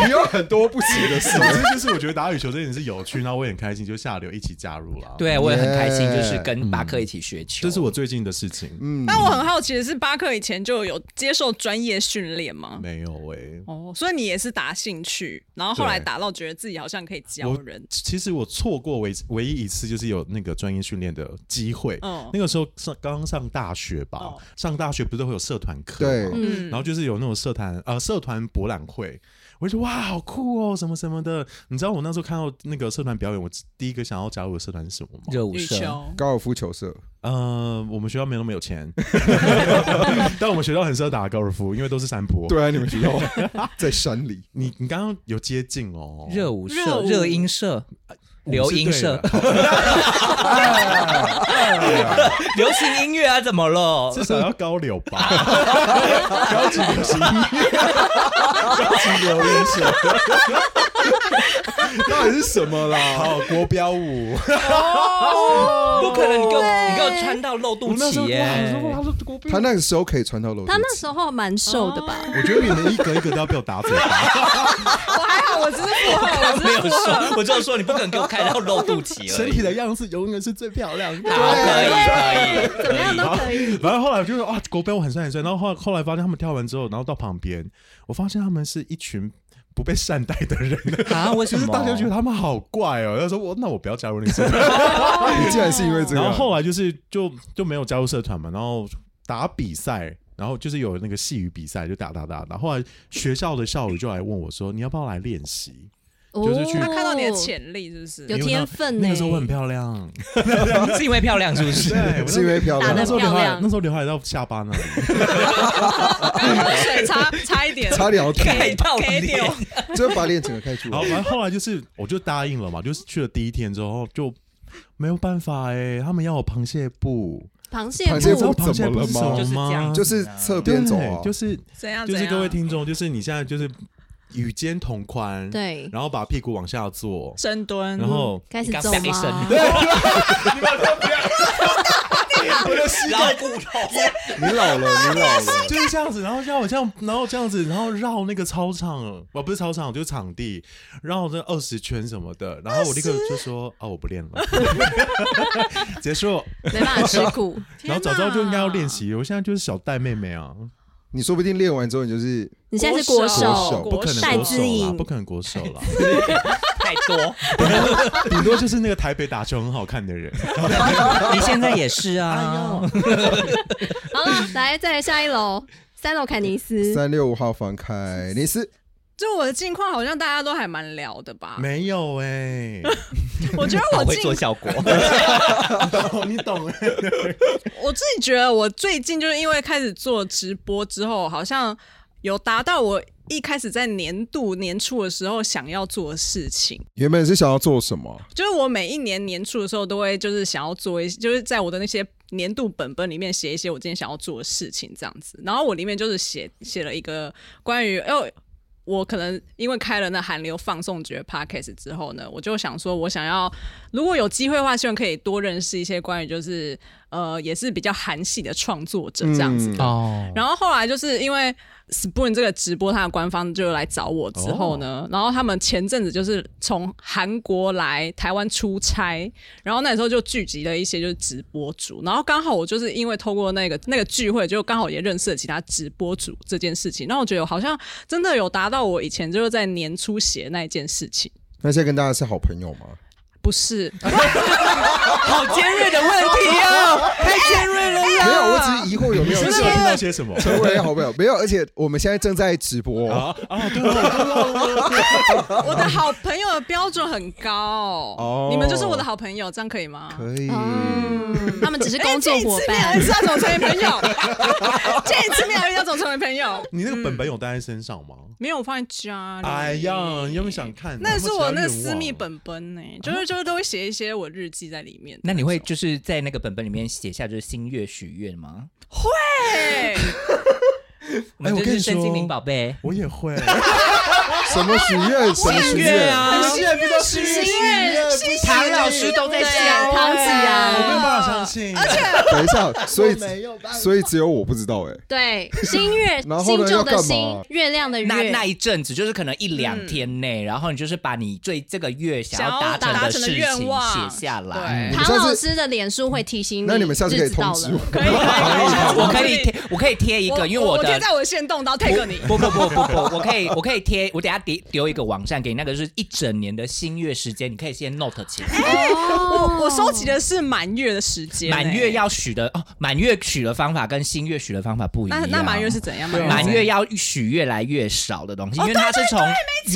[SPEAKER 4] 你有很多不行
[SPEAKER 6] [laughs]
[SPEAKER 4] 的事
[SPEAKER 6] 是，。这就是我觉得打羽球这件事有趣，然后我也很开心，就下流一起加入了。，
[SPEAKER 3] 对，我也很开心，
[SPEAKER 4] Yeah
[SPEAKER 3] 就是跟巴克一起学球。
[SPEAKER 6] 这是我最近的事情，
[SPEAKER 4] 嗯，
[SPEAKER 7] 但我很好奇的是，巴克以前就有接受专业训练吗？
[SPEAKER 6] 没有哎。
[SPEAKER 7] 哦，所以你也是打兴趣，然后后来
[SPEAKER 6] 对
[SPEAKER 7] 打到觉得自己好像可以教
[SPEAKER 6] 我
[SPEAKER 7] 人。
[SPEAKER 6] 其实我错过唯唯一一次就是有那个专业训练的机会，
[SPEAKER 7] 嗯
[SPEAKER 6] 那个时候上刚上大学吧，
[SPEAKER 7] 哦
[SPEAKER 6] 上大学不是都会有社团课
[SPEAKER 4] 对
[SPEAKER 6] 吗，
[SPEAKER 5] 嗯
[SPEAKER 6] 然后就是有那种社团呃社团博览会，我就觉得哇好酷哦什么什么的，你知道我那时候看到那个社团表演，我第一个想要加入的社团是什么吗？
[SPEAKER 3] 热舞
[SPEAKER 7] 羽
[SPEAKER 3] 社，
[SPEAKER 7] 球，
[SPEAKER 4] 高尔夫球社，
[SPEAKER 6] 呃，我们学校没有那么有钱，但我们学校很适合打高尔夫，因为都是山坡。，
[SPEAKER 4] 对啊，你们学校 [laughs] 在山里，
[SPEAKER 6] 你你刚刚有接近哦，
[SPEAKER 3] 热舞
[SPEAKER 7] 热
[SPEAKER 3] 社，
[SPEAKER 7] 舞
[SPEAKER 3] 热音社，
[SPEAKER 6] 我们
[SPEAKER 3] 流
[SPEAKER 6] 是
[SPEAKER 3] 音
[SPEAKER 6] 对
[SPEAKER 3] 社
[SPEAKER 6] 的，
[SPEAKER 3] [laughs] 流行音乐啊，怎么了？
[SPEAKER 6] 至少要高柳吧，高级流行音乐，高级流音社，
[SPEAKER 4] 到底是什么啦？
[SPEAKER 6] 好国标舞。
[SPEAKER 3] 不可能，你给我你给我穿到露肚
[SPEAKER 6] 我那时
[SPEAKER 3] 脐
[SPEAKER 6] 候
[SPEAKER 3] 耶、
[SPEAKER 6] 哇，我说国标
[SPEAKER 4] 他那个时候可以穿到露肚
[SPEAKER 5] 他那
[SPEAKER 4] 脐，
[SPEAKER 5] 时候蛮瘦的吧？
[SPEAKER 6] 我觉得你们一格一格都要被我打嘴巴，
[SPEAKER 7] 我还好，我只是附和，我
[SPEAKER 3] [laughs]
[SPEAKER 7] 只
[SPEAKER 3] 没有
[SPEAKER 7] 是附和。
[SPEAKER 3] 说，我就说你不可能给我开到露肚脐而已。
[SPEAKER 6] 身体的样子永远是最漂亮的。
[SPEAKER 3] 好可以可以，
[SPEAKER 5] 啊怎么样都可以。
[SPEAKER 6] [laughs] 然后后来我就说啊，国标舞很帅很帅。然后后来后来发现他们跳完之后，然后到旁边，我发现他们是一群不被善待的 [laughs] 人。
[SPEAKER 3] 啊？为
[SPEAKER 6] 就
[SPEAKER 3] 什
[SPEAKER 6] 是
[SPEAKER 3] 么？
[SPEAKER 6] 大家觉得他们好怪哦，他说我那我不要加入那个 [laughs] 社团，
[SPEAKER 5] 啊
[SPEAKER 4] 你竟然是因为这
[SPEAKER 6] 然后
[SPEAKER 4] 个，啊
[SPEAKER 6] 后来就是就就没有加入社团嘛，然后打比赛，然后就是有那个戏语比赛，就打打打，然后后来学校的校友就来问我说你要不要来练习？就是去
[SPEAKER 5] 哦
[SPEAKER 7] 他看到你的潜力是不是？
[SPEAKER 5] 有天分呢
[SPEAKER 6] 那个时候我很漂亮，
[SPEAKER 3] 是因为漂亮，是不是？
[SPEAKER 6] [laughs] 对，啊我
[SPEAKER 4] 是因为漂
[SPEAKER 5] 打
[SPEAKER 4] 亮啊
[SPEAKER 6] 那
[SPEAKER 5] 得
[SPEAKER 6] 时候刘
[SPEAKER 5] 漂
[SPEAKER 6] 海
[SPEAKER 5] 亮
[SPEAKER 6] 那时候刘海到下巴那里，
[SPEAKER 3] [laughs]
[SPEAKER 7] 水差差一点，
[SPEAKER 4] 差点要吐，
[SPEAKER 3] 盖到
[SPEAKER 7] 可以
[SPEAKER 3] 脸
[SPEAKER 7] 丢，
[SPEAKER 4] 就把脸整个开出
[SPEAKER 6] 然后
[SPEAKER 4] 来。
[SPEAKER 6] 反正后来就是我就答应了嘛，就是去了第一天之后就。没有办法哎、他们要我螃蟹步，
[SPEAKER 5] 螃蟹
[SPEAKER 4] 螃蟹
[SPEAKER 6] 你知道
[SPEAKER 4] 步
[SPEAKER 5] 步，
[SPEAKER 6] 螃蟹步是
[SPEAKER 3] 就
[SPEAKER 6] 什
[SPEAKER 3] 是
[SPEAKER 6] 么
[SPEAKER 3] 这
[SPEAKER 6] 吗
[SPEAKER 3] 样？
[SPEAKER 4] 就是侧边走啊
[SPEAKER 6] 对，就是
[SPEAKER 7] 怎样？
[SPEAKER 6] 就是
[SPEAKER 7] 怎样
[SPEAKER 6] 各位听众，就是你现在就是与肩同宽，，
[SPEAKER 5] 对，
[SPEAKER 6] 然后把屁股往下坐，
[SPEAKER 7] 深蹲，
[SPEAKER 6] 然后
[SPEAKER 5] 开始
[SPEAKER 3] 刚
[SPEAKER 5] 走
[SPEAKER 3] 吓一
[SPEAKER 5] 吗
[SPEAKER 3] 身？
[SPEAKER 6] 然
[SPEAKER 3] 老骨头，
[SPEAKER 4] 你老了，你老了，
[SPEAKER 6] 就是这样子，然后让我这样，然后这样子，然后绕那个操场，我不是操场，就是场地，绕这二十圈什么的，然后我立刻就说，哦，我不练了， [laughs] 结束。
[SPEAKER 5] 没办法吃
[SPEAKER 7] [laughs]
[SPEAKER 5] 苦，
[SPEAKER 6] 然后早知道就应该要练习，我现在就是小戴妹妹啊，
[SPEAKER 4] 你说不定练完之后你就是
[SPEAKER 5] 你现在是国
[SPEAKER 4] 国手
[SPEAKER 5] 手，
[SPEAKER 6] 不可能
[SPEAKER 5] 戴
[SPEAKER 6] 国
[SPEAKER 5] 之
[SPEAKER 6] 手啦，
[SPEAKER 5] 颖
[SPEAKER 6] 不可能国手啦，
[SPEAKER 3] 太
[SPEAKER 6] [laughs]
[SPEAKER 3] 多。
[SPEAKER 6] 顶多就是那个台北打球很好看的 [laughs] 人。
[SPEAKER 3] 你现在也是
[SPEAKER 5] 哎
[SPEAKER 3] 啊，
[SPEAKER 5] 好了，来，再来下一楼，三楼凯尼斯。
[SPEAKER 4] 三六五号房凯尼斯，
[SPEAKER 7] 就我的近况好像大家都还蛮聊的吧？
[SPEAKER 6] 没有哎，
[SPEAKER 7] 我觉得
[SPEAKER 3] 好
[SPEAKER 7] 我
[SPEAKER 3] 会
[SPEAKER 7] 近
[SPEAKER 3] 做效果。
[SPEAKER 6] 你懂哎，
[SPEAKER 7] 我自己觉得，我最近就是因为开始做直播之后，好像有达到我一开始在年度年初的时候想要做的事情。
[SPEAKER 4] 原本是想要做什么？
[SPEAKER 7] 就是我每一年年初的时候，都会就是想要做一，就是在我的那些年度本本里面写一些我今天想要做的事情这样子。然后我里面就是写写了一个关于，哦，我可能因为开了那韩流放送局的 podcast 之后呢，我就想说，我想要如果有机会的话，希望可以多认识一些关于就是呃也是比较韩系的创作者这样子的。
[SPEAKER 3] 哦，
[SPEAKER 7] 然后后来就是因为 Spoon 这个直播，它的官方就来找我之后呢，
[SPEAKER 4] 哦
[SPEAKER 7] 然后他们前阵子就是从韩国来台湾出差，然后那时候就聚集了一些就是直播主，然后刚好我就是因为透过那个那个聚会，就刚好也认识了其他直播主这件事情，让我觉得我好像真的有达到我以前就是在年初写的那一件事情，
[SPEAKER 4] 那现在跟大家是好朋友吗？[laughs]
[SPEAKER 7] 不是？
[SPEAKER 3] [laughs] 好尖锐的问题哦，太尖锐了
[SPEAKER 7] 啊
[SPEAKER 4] 没有，我只是疑惑有
[SPEAKER 6] [laughs]
[SPEAKER 4] 没
[SPEAKER 6] 你
[SPEAKER 4] 有
[SPEAKER 6] 是不是有听到些 [laughs] 什么？
[SPEAKER 4] 成为好朋友。没有，而且我们现在正在直播。
[SPEAKER 6] 啊啊！对
[SPEAKER 3] 啊
[SPEAKER 6] 哦，
[SPEAKER 7] 我的好朋友的标准很高哦，
[SPEAKER 4] 哦
[SPEAKER 7] 你们就是我的好朋友，这样可以吗？哎
[SPEAKER 4] 可以，
[SPEAKER 5] 啊他们只是工作伙伴。
[SPEAKER 7] 见一次面要怎么成为朋友？ [laughs] 见一次面要怎么成为朋友？
[SPEAKER 6] 你那个本本有带在身上吗？
[SPEAKER 7] 没有我放在家里。
[SPEAKER 6] 哎呀，你有没有想看？
[SPEAKER 7] 那是我
[SPEAKER 6] 有
[SPEAKER 7] 那个
[SPEAKER 6] 没有其他
[SPEAKER 7] 私密
[SPEAKER 6] 愿望。
[SPEAKER 7] 本本呢、就是就是都会写一些我日记在里面。
[SPEAKER 3] 那你会就是在那个本本里面写下就是心愿许愿吗？
[SPEAKER 7] 对，
[SPEAKER 3] 我们
[SPEAKER 6] 哎我
[SPEAKER 3] 就
[SPEAKER 6] 跟
[SPEAKER 3] 是
[SPEAKER 6] 你
[SPEAKER 3] 身心
[SPEAKER 6] 说
[SPEAKER 3] 灵宝贝。
[SPEAKER 6] [laughs] 我也会，
[SPEAKER 4] 什么许愿？什么许愿？
[SPEAKER 7] 啊
[SPEAKER 6] 心愿不叫心愿，心愿不是
[SPEAKER 3] 唐老师都在哎笑，
[SPEAKER 5] 唐子
[SPEAKER 6] 我没有
[SPEAKER 5] 阳，
[SPEAKER 6] 办法相信。而且
[SPEAKER 4] 等一下，所以
[SPEAKER 9] 有办
[SPEAKER 4] 所以只有我不知道哎。
[SPEAKER 5] 对，新月，
[SPEAKER 4] [laughs] 然后
[SPEAKER 5] 新
[SPEAKER 4] 呢
[SPEAKER 5] 旧的
[SPEAKER 4] 要干嘛
[SPEAKER 5] 新，月亮的
[SPEAKER 3] 那那
[SPEAKER 5] 月。
[SPEAKER 3] 一阵子就是可能一两天内，然后你就是把你最这个月想
[SPEAKER 7] 想要
[SPEAKER 3] 达
[SPEAKER 7] 达
[SPEAKER 3] 成
[SPEAKER 7] 成的
[SPEAKER 3] 事
[SPEAKER 7] 愿
[SPEAKER 3] 情
[SPEAKER 7] 望
[SPEAKER 3] 写下来。
[SPEAKER 7] 对
[SPEAKER 4] 你们
[SPEAKER 5] 唐
[SPEAKER 4] 下次
[SPEAKER 5] 老师的脸书会提醒你，
[SPEAKER 4] 那你们下次可以
[SPEAKER 5] 日子到
[SPEAKER 4] 通
[SPEAKER 5] 了
[SPEAKER 4] 知我。
[SPEAKER 7] 可以，
[SPEAKER 3] 我可
[SPEAKER 7] 可以
[SPEAKER 3] 以贴，我可以贴一
[SPEAKER 7] 我
[SPEAKER 3] 个，因为
[SPEAKER 7] 我贴
[SPEAKER 3] 的
[SPEAKER 7] 在我的线动，然后 tag 你。
[SPEAKER 3] 不不不不不，我可以我可以贴，我等下丢丢一个网站给你，那个是一整年的新月时间，你可以先 note 起
[SPEAKER 5] 哦
[SPEAKER 3] 来。
[SPEAKER 4] 哎
[SPEAKER 7] 我我收集的是满月的时间、欸
[SPEAKER 3] 满月。要许的哦，满月许的方法跟新月许的方法不一
[SPEAKER 7] 那
[SPEAKER 3] 样。
[SPEAKER 7] 那满月是怎样？
[SPEAKER 3] 满月要许越来越少的东西，因为它是从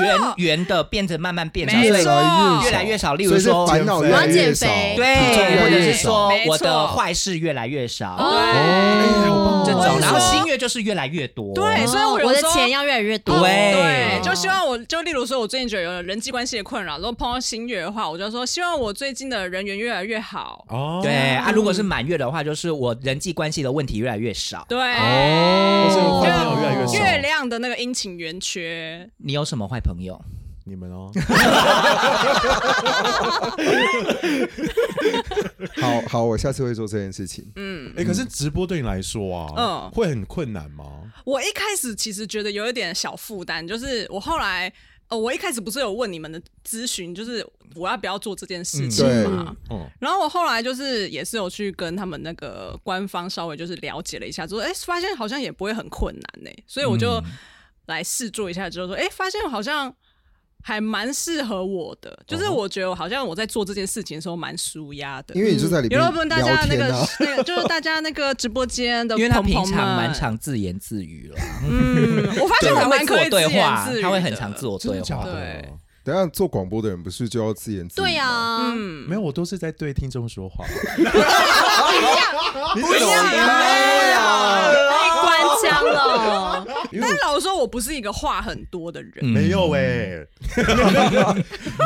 [SPEAKER 3] 圆圆的变成慢慢变少，
[SPEAKER 7] 没
[SPEAKER 3] 所以
[SPEAKER 7] 错
[SPEAKER 3] 越来越少。例
[SPEAKER 4] 所
[SPEAKER 3] 如
[SPEAKER 4] 以是
[SPEAKER 3] 说
[SPEAKER 4] 烦恼越来越少
[SPEAKER 5] 我要
[SPEAKER 6] 哎
[SPEAKER 5] 减肥，
[SPEAKER 4] 体重
[SPEAKER 3] 对，
[SPEAKER 4] 越来
[SPEAKER 3] 或者
[SPEAKER 4] 越
[SPEAKER 3] 是
[SPEAKER 4] 少。
[SPEAKER 3] 说
[SPEAKER 7] 没错
[SPEAKER 3] 我的坏事越来越少，
[SPEAKER 4] 哦
[SPEAKER 3] 这种，
[SPEAKER 4] 没错
[SPEAKER 3] 然后新月就是越来越多，
[SPEAKER 7] 对哎所以我
[SPEAKER 5] 哦
[SPEAKER 7] 有
[SPEAKER 5] 我的
[SPEAKER 7] 时候
[SPEAKER 5] 钱要越来越多。
[SPEAKER 3] 对
[SPEAKER 7] 对，就希望我就例如说，我最近觉得有人际关系的困扰，如果碰到新月的话，我就说希望我最近的人缘越来越好。
[SPEAKER 6] 哦，
[SPEAKER 3] 对啊，如果是满月的话，就是我人际关系的问题越来越少。
[SPEAKER 7] 对，
[SPEAKER 6] 哦，这个话题越来越少。
[SPEAKER 7] 月亮的那个阴晴圆缺，
[SPEAKER 3] 你有什么坏朋友？
[SPEAKER 6] 你们哦，
[SPEAKER 4] 好好，我下次会做这件事情。
[SPEAKER 7] 嗯，
[SPEAKER 6] 哎，可是直播对你来说啊，
[SPEAKER 7] 嗯
[SPEAKER 6] 会很困难吗？
[SPEAKER 7] 我一开始其实觉得有一点小负担，就是我后来。呃，我一开始不是有问你们的咨询，就是我要不要做这件事情
[SPEAKER 4] 嗯对
[SPEAKER 7] 嘛？
[SPEAKER 6] 嗯
[SPEAKER 7] 然后我后来就是也是有去跟他们那个官方稍微就是了解了一下，之后哎、发现好像也不会很困难呢、欸所以我
[SPEAKER 3] 嗯
[SPEAKER 7] 就来试做一下之后说，哎、发现好像还蛮适合我的，就是我觉得我好像我在做这件事情的时候蛮舒压的，
[SPEAKER 4] 哦因为你就在里
[SPEAKER 7] 嗯有
[SPEAKER 4] 面
[SPEAKER 7] 了问大家
[SPEAKER 4] 聊
[SPEAKER 7] 那
[SPEAKER 4] 天
[SPEAKER 7] 个
[SPEAKER 4] 啊，
[SPEAKER 7] 那个就是大 [laughs] 家那个直播间的
[SPEAKER 3] 因为他
[SPEAKER 7] 朋
[SPEAKER 3] 平
[SPEAKER 7] 朋
[SPEAKER 3] 常蛮
[SPEAKER 7] 们，
[SPEAKER 3] 常自言自语了，
[SPEAKER 7] 嗯，啊 [laughs] 我发现
[SPEAKER 3] 他会
[SPEAKER 7] 我蛮
[SPEAKER 3] 自
[SPEAKER 7] 可
[SPEAKER 3] 我
[SPEAKER 7] 以
[SPEAKER 3] 对
[SPEAKER 7] 自言
[SPEAKER 3] 话
[SPEAKER 7] 自语，的
[SPEAKER 3] 他会很常自我
[SPEAKER 6] 真
[SPEAKER 3] 对
[SPEAKER 6] 的假
[SPEAKER 3] 话。
[SPEAKER 6] 的？
[SPEAKER 4] 等一下做广播的人不是就要自言自语？
[SPEAKER 5] 对呀、，嗯，
[SPEAKER 6] 没有，我都是在对听众说话。
[SPEAKER 4] 啊你怎
[SPEAKER 7] 啊
[SPEAKER 4] 么
[SPEAKER 7] 哎
[SPEAKER 4] 啊
[SPEAKER 5] 被关枪了。
[SPEAKER 7] 但是老实说，我不是一个话很多的
[SPEAKER 3] 嗯
[SPEAKER 4] 嗯
[SPEAKER 7] 人，
[SPEAKER 6] 没有哎、 [laughs]